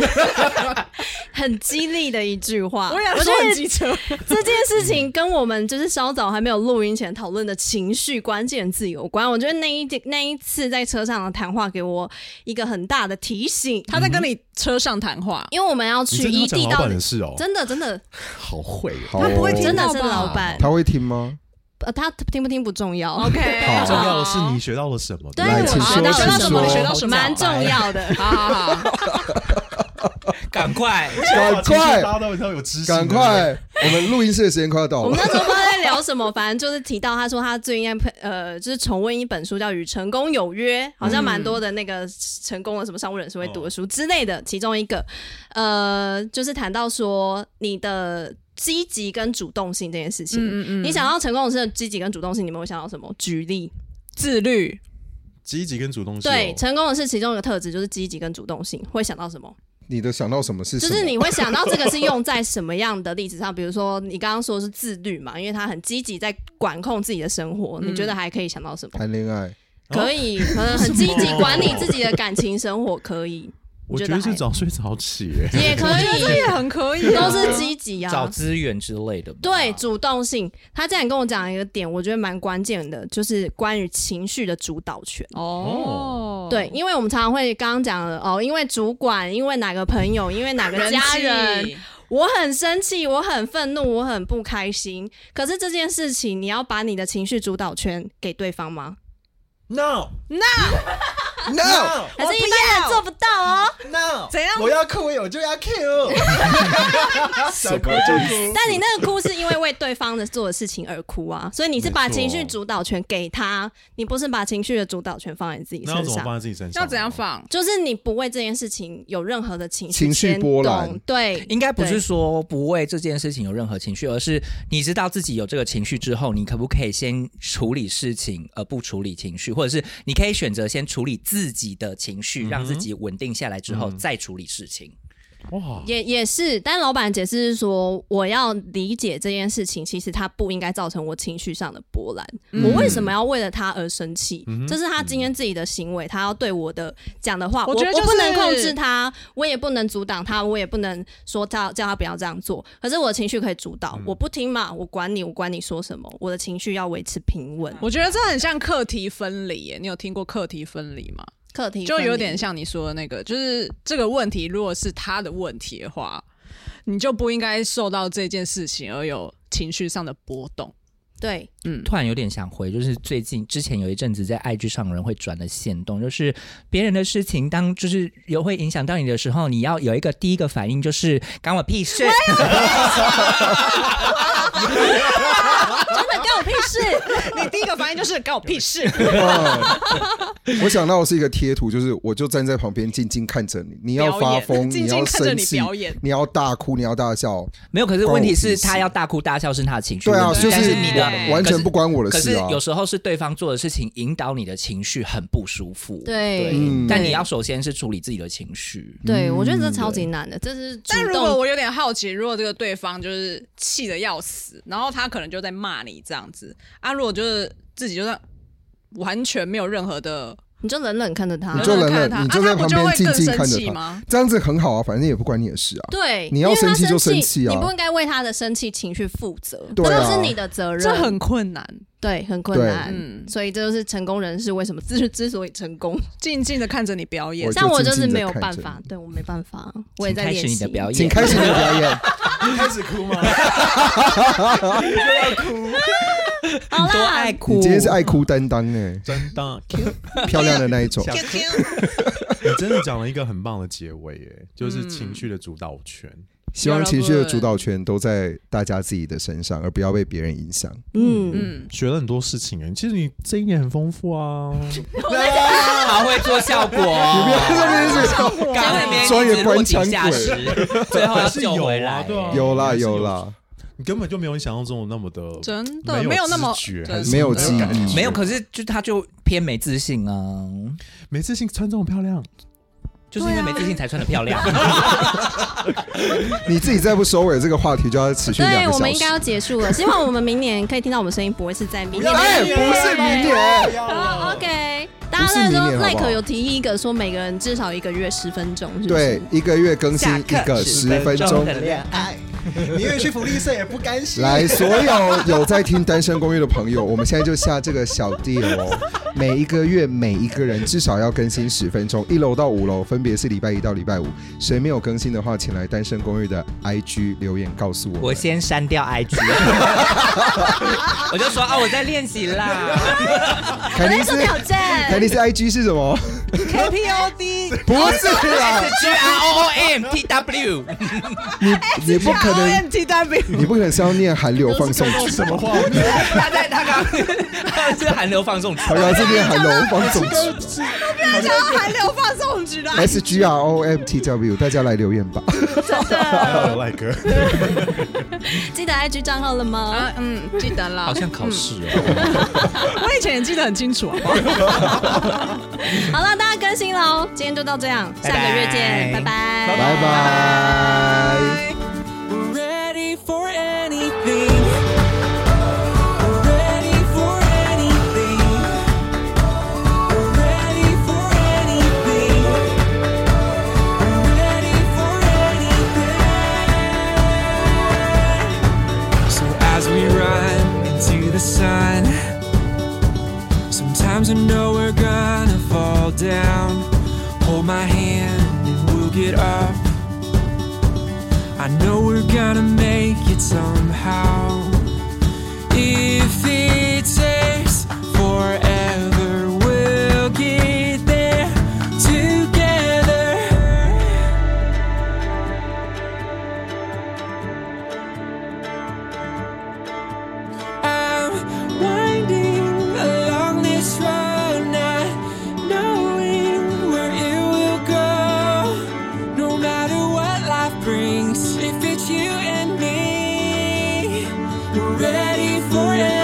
[SPEAKER 5] [laughs] 很激励的一句话，
[SPEAKER 7] 我想
[SPEAKER 5] 觉
[SPEAKER 7] 说很机
[SPEAKER 5] 得
[SPEAKER 7] 车，
[SPEAKER 5] 这件事情跟我们就是稍早还没有录音前讨论的情绪关键字有关。我觉得那一节那一次在车上的谈话给我一个很大的提醒，
[SPEAKER 7] 他在跟你车上谈话，
[SPEAKER 5] 因为我们要去
[SPEAKER 6] 你
[SPEAKER 5] 一
[SPEAKER 6] 真的
[SPEAKER 5] 地
[SPEAKER 6] 要讲老
[SPEAKER 5] 到
[SPEAKER 6] 板的事哦，
[SPEAKER 5] 真的真的
[SPEAKER 6] 好会哦。
[SPEAKER 4] 好
[SPEAKER 7] 他不会听
[SPEAKER 5] 真
[SPEAKER 7] 到
[SPEAKER 5] 的
[SPEAKER 7] 吧
[SPEAKER 5] 是老板，
[SPEAKER 4] 他会听吗？
[SPEAKER 5] 呃，他听不听不重要。
[SPEAKER 7] OK，
[SPEAKER 4] 好
[SPEAKER 6] 重要的是你学到了什么？
[SPEAKER 5] 对，
[SPEAKER 4] 来
[SPEAKER 5] 我
[SPEAKER 4] 请
[SPEAKER 5] 学到
[SPEAKER 4] 说
[SPEAKER 5] 了
[SPEAKER 4] 请
[SPEAKER 5] 什么？
[SPEAKER 4] 说
[SPEAKER 5] 学到什么？蛮重要的。
[SPEAKER 7] 好好好，
[SPEAKER 3] 赶快，
[SPEAKER 4] 赶快
[SPEAKER 6] 大家都知道有知识，
[SPEAKER 4] 赶快，我们录音室的时间快要到
[SPEAKER 5] 我们
[SPEAKER 4] 了
[SPEAKER 5] 那。时候不知道在聊什么，反正就是提到他说他最近在配呃，就是重温一本书叫《与成功有约》，好像蛮多的那个成功的什么商务人士会读的书之类的。其中一个呃，就是谈到说你的积极跟主动性这件事情。
[SPEAKER 7] 嗯
[SPEAKER 5] 你想到成功人士的积极跟主动性，你们会想到什么？举例，
[SPEAKER 7] 自律，
[SPEAKER 6] 积极跟主动是哦
[SPEAKER 5] 对，成功人士其中一个特质就是积极跟主动性，会想到什么？
[SPEAKER 4] 你的想到什么是什
[SPEAKER 5] 就
[SPEAKER 4] 么？
[SPEAKER 5] 是你会想到这个是用在什么样的例子上？比如说你刚刚说是自律嘛，因为他很积极在管控自己的生活，你觉得还可以想到什么？
[SPEAKER 4] 谈恋爱， [laughs]
[SPEAKER 5] 可以，可能很积极管理自己的感情生活，可以。
[SPEAKER 6] 我
[SPEAKER 5] 觉
[SPEAKER 6] 觉
[SPEAKER 5] 得
[SPEAKER 6] 得是
[SPEAKER 5] 还
[SPEAKER 6] 早睡早起、欸，
[SPEAKER 5] 也可以，
[SPEAKER 7] 这也很可以啊，
[SPEAKER 5] 都是积极啊，
[SPEAKER 3] 找资源之类的吧。
[SPEAKER 5] 对，主动性。他这样跟我讲一个点，我觉得蛮关键的，就是关于情绪的主导权。
[SPEAKER 7] 哦，
[SPEAKER 5] 对，因为我们常常会刚刚讲了哦，因为主管，因为哪个朋友，因为哪个家人，
[SPEAKER 7] 气
[SPEAKER 5] 我很生气，我很愤怒，我很不开心。可是这件事情，你要把你的情绪主导权给对方吗？
[SPEAKER 10] No
[SPEAKER 4] No，
[SPEAKER 10] No
[SPEAKER 5] 可是一般人做不到哦。
[SPEAKER 10] No，
[SPEAKER 7] 怎样
[SPEAKER 10] 我要哭，我就要 Q。什么就
[SPEAKER 5] 但你那个哭是因为为对方的做的事情而哭啊，所以你是把情绪主导权给他，你不是把情绪的主导权放 [laughs] 在你自己
[SPEAKER 6] 那要
[SPEAKER 5] 身
[SPEAKER 6] 怎么
[SPEAKER 5] 上。
[SPEAKER 6] 放在自己身上？
[SPEAKER 7] 要怎样？放？
[SPEAKER 5] 就是你不为这件事情有任何的情绪
[SPEAKER 4] 情绪
[SPEAKER 5] 牵动
[SPEAKER 4] 波澜，
[SPEAKER 5] 对，
[SPEAKER 3] 应该不
[SPEAKER 5] 对
[SPEAKER 3] 是说不为这件事情有任何情绪，而是你知道自己有这个情绪之后，你可不可以先处理事情而不处理情绪，或者是你可以选择先处理自己的情绪，让自己稳定下来之后再处理事情。
[SPEAKER 6] 哇，
[SPEAKER 5] 也也是。但老板解释是说，我要理解这件事情，其实它不应该造成我情绪上的波澜。
[SPEAKER 7] 嗯
[SPEAKER 5] 我为什么要为了他而生气？这是他今天自己的行为，他要对我的讲的话，我
[SPEAKER 7] 我觉得就是
[SPEAKER 5] 不能控制他，我也不能阻挡他，我也不能说他叫他不要这样做。可是我的情绪可以主
[SPEAKER 7] 嗯
[SPEAKER 5] 导，我不听嘛，我管你，我管你说什么，我的情绪要维持平稳。
[SPEAKER 7] 我觉得这很像课题分离耶，你有听过课题分离吗？
[SPEAKER 5] 课题
[SPEAKER 7] 就
[SPEAKER 5] 分
[SPEAKER 7] 有
[SPEAKER 5] 离
[SPEAKER 7] 点像你说的那个，就是这个问题如果是他的问题的话，你就不应该受到这件事情而有情绪上的波动。
[SPEAKER 5] 对，
[SPEAKER 7] 嗯，
[SPEAKER 3] 突然有点想回，就是最近之前有一阵子在 IG 上有人会转的线动，就是别人的事情当就是有会影响到你的时候，你要有一个第一个反应就是干我屁事，
[SPEAKER 7] 真的干我屁事！ [laughs] 你第一个反应就是干我屁事。
[SPEAKER 4] 我想到的是一个贴图，就是我就站在旁边静静看着你，你要
[SPEAKER 7] 表
[SPEAKER 4] 发
[SPEAKER 7] 演 [laughs]
[SPEAKER 4] 疯，
[SPEAKER 7] 静
[SPEAKER 4] 你
[SPEAKER 7] 静
[SPEAKER 4] 要
[SPEAKER 7] 看着
[SPEAKER 4] 生
[SPEAKER 7] 你
[SPEAKER 4] 气
[SPEAKER 7] 表演，
[SPEAKER 4] 你要大哭，你要大笑，
[SPEAKER 3] [laughs] 没有。可是问题是
[SPEAKER 4] 关我屁事
[SPEAKER 3] 他要大哭大笑是他的情绪
[SPEAKER 4] 对
[SPEAKER 3] 问题，
[SPEAKER 4] 啊，就
[SPEAKER 3] 但
[SPEAKER 4] 是
[SPEAKER 3] 是你的
[SPEAKER 7] 对
[SPEAKER 4] 完
[SPEAKER 3] 可
[SPEAKER 4] 全
[SPEAKER 3] 是
[SPEAKER 4] 不关我的
[SPEAKER 3] 可
[SPEAKER 4] 事
[SPEAKER 3] 是
[SPEAKER 4] 啊。
[SPEAKER 3] 有时候是对方做的事情引导你的情绪很不舒服，
[SPEAKER 5] 对
[SPEAKER 4] 嗯
[SPEAKER 3] 但你要首先是处理自己的情绪。
[SPEAKER 5] 对，我觉得这超级难的，这是主
[SPEAKER 7] 嗯但如
[SPEAKER 5] 动
[SPEAKER 7] 果我有点好奇，如果这个对方就是气的要死，然后他可能就在骂你这样子啊，如果就是自己就是完全没有任何的，
[SPEAKER 5] 你就冷冷看着他
[SPEAKER 4] 你，就冷
[SPEAKER 7] 看着
[SPEAKER 4] 冷，
[SPEAKER 7] 他
[SPEAKER 4] 你就
[SPEAKER 7] 啊
[SPEAKER 4] 在
[SPEAKER 7] 他不
[SPEAKER 4] 旁
[SPEAKER 7] 就
[SPEAKER 4] 边
[SPEAKER 7] 会
[SPEAKER 4] 静
[SPEAKER 7] 更
[SPEAKER 4] 静看
[SPEAKER 7] 生
[SPEAKER 4] 着
[SPEAKER 7] 气
[SPEAKER 4] 他，
[SPEAKER 7] 吗？
[SPEAKER 4] 这样子很好啊，反正也不关你的事啊。
[SPEAKER 5] 对，
[SPEAKER 4] 你要
[SPEAKER 5] 因为他
[SPEAKER 4] 生气就
[SPEAKER 5] 生
[SPEAKER 4] 生气啊
[SPEAKER 5] 你不应该为他的生气情绪负责，
[SPEAKER 4] 对啊
[SPEAKER 5] 这是你的责任，
[SPEAKER 7] 这很困难。
[SPEAKER 5] 对，很困难。
[SPEAKER 4] 对
[SPEAKER 5] 嗯
[SPEAKER 7] 嗯
[SPEAKER 5] 所以这就是成功人士为什么之之所以成功，
[SPEAKER 7] 静静的看着你表演
[SPEAKER 4] 我，
[SPEAKER 5] 像我
[SPEAKER 4] 就
[SPEAKER 5] 就
[SPEAKER 4] 静
[SPEAKER 5] 是
[SPEAKER 4] 静地
[SPEAKER 5] 没有
[SPEAKER 4] 看
[SPEAKER 5] 办
[SPEAKER 4] 着
[SPEAKER 5] 法，对我没办法，我
[SPEAKER 3] 请
[SPEAKER 5] 也在
[SPEAKER 3] 开
[SPEAKER 5] 练
[SPEAKER 3] 始
[SPEAKER 5] 习
[SPEAKER 3] 你的表演，
[SPEAKER 4] 请开始你的表演，
[SPEAKER 10] 开始哭吗？
[SPEAKER 5] 好
[SPEAKER 3] 多
[SPEAKER 5] 啦
[SPEAKER 3] 爱，
[SPEAKER 4] 你
[SPEAKER 3] 哭。
[SPEAKER 4] 今天是爱哭担当哎、
[SPEAKER 6] 真的，
[SPEAKER 4] 漂亮的那
[SPEAKER 3] [laughs]
[SPEAKER 4] 一种。
[SPEAKER 6] 想哭你哎真的讲了一个很棒的结尾、欸，
[SPEAKER 7] 嗯
[SPEAKER 6] 就是情绪的主导权。
[SPEAKER 4] 希望情绪的主导权都在大家自己的身上，而不要被别人影响。
[SPEAKER 5] 嗯，
[SPEAKER 7] 嗯，
[SPEAKER 6] 学了很多事情、欸，其实你这一年很丰富啊。
[SPEAKER 3] [laughs] 好会做效果、哦
[SPEAKER 4] [laughs] 你不要在那边是
[SPEAKER 3] 刚
[SPEAKER 7] 啊
[SPEAKER 3] 刚那边
[SPEAKER 4] 专业
[SPEAKER 3] 一直落井
[SPEAKER 4] 官腔
[SPEAKER 3] 下石， [laughs] 最后要
[SPEAKER 6] 还是
[SPEAKER 3] 救
[SPEAKER 6] 有
[SPEAKER 3] 回
[SPEAKER 6] 啊
[SPEAKER 3] 来。
[SPEAKER 6] [laughs] 对啊
[SPEAKER 4] 有啦
[SPEAKER 6] 还是
[SPEAKER 4] 有
[SPEAKER 6] 有
[SPEAKER 4] 啦，
[SPEAKER 6] 你根本就没有你想象中的那么的，
[SPEAKER 7] 真的
[SPEAKER 6] 没
[SPEAKER 7] 没有那么
[SPEAKER 6] 知觉
[SPEAKER 7] 真
[SPEAKER 6] 还
[SPEAKER 7] 的
[SPEAKER 6] 是
[SPEAKER 4] 没有
[SPEAKER 6] 什
[SPEAKER 4] 记
[SPEAKER 6] 么的
[SPEAKER 4] 忆，
[SPEAKER 3] 没有，可是就他就偏没自信啊，
[SPEAKER 6] 每次性穿这么漂亮，
[SPEAKER 3] 就是因为没自
[SPEAKER 7] 啊
[SPEAKER 3] 信才穿的漂
[SPEAKER 7] [laughs]
[SPEAKER 3] 亮。
[SPEAKER 4] 你自己再不收尾这个话题，就要持续两
[SPEAKER 5] 对，
[SPEAKER 4] 个
[SPEAKER 5] 我
[SPEAKER 4] 小
[SPEAKER 5] 们应该
[SPEAKER 4] 时。
[SPEAKER 5] 要结束了。希望我们明年可以听到我们声音，不会是在明年的
[SPEAKER 4] [laughs] 哎，
[SPEAKER 5] 一
[SPEAKER 4] 不
[SPEAKER 5] 月。
[SPEAKER 4] 是明年，
[SPEAKER 5] 好，OK。大
[SPEAKER 4] 不
[SPEAKER 5] 家
[SPEAKER 4] 是
[SPEAKER 5] 那时
[SPEAKER 4] 明
[SPEAKER 5] 候
[SPEAKER 4] 年好不好
[SPEAKER 5] like 有提议一个说每个人至少一个月十分钟，是不是
[SPEAKER 4] 对，，一个月更新一个十分钟。
[SPEAKER 10] 恋爱，你越去福利社也不甘心。
[SPEAKER 4] 来，所有有在听《单身公寓》的朋友，我们现在就下这个小 deal 哦，每一个月每一个人至少要更新十分钟，一楼到五楼分别是礼拜一到礼拜五。谁没有更新的话，请来《单身公寓》的 IG 留言告诉我们。
[SPEAKER 3] 我先删掉
[SPEAKER 7] [laughs]
[SPEAKER 3] IG，我就说啊，我在练习啦。
[SPEAKER 4] 凯尼斯，
[SPEAKER 5] 挑战
[SPEAKER 4] 凯尼斯 IG 是什么？
[SPEAKER 7] [laughs] K P O D
[SPEAKER 4] 不是啦，
[SPEAKER 3] G R O O M T W，
[SPEAKER 4] [laughs] 你不可
[SPEAKER 7] O
[SPEAKER 4] 能，
[SPEAKER 7] M T W，
[SPEAKER 4] 你不可能是要念韩流放送曲，
[SPEAKER 10] [laughs] 什么画面？
[SPEAKER 3] [laughs] 他在他刚 [laughs] 他是韩流放送曲，
[SPEAKER 4] 好像是念韩流放送曲。
[SPEAKER 7] 叫韩流放送局啦。
[SPEAKER 4] S G R O M T W，大家来留言吧。
[SPEAKER 6] 赖哥，
[SPEAKER 5] 记得 IG 账号了吗？
[SPEAKER 7] 啊，嗯，记得啦。
[SPEAKER 3] 好像考试哦。
[SPEAKER 7] [laughs] 我以前也记得很清楚，好不好？
[SPEAKER 5] 好了，大家更新喽，今天就到这样，下
[SPEAKER 3] 拜拜
[SPEAKER 5] 个月见，拜拜，
[SPEAKER 4] 拜拜。
[SPEAKER 8] We're ready for anything. We're ready for anything. We're ready for anything. it up. I know we're gonna make it somehow. If it takes forever, we'll get there together. I'm winding along this road, not knowing where it will go. No matter what life brings, if it's you and me, we're ready for it.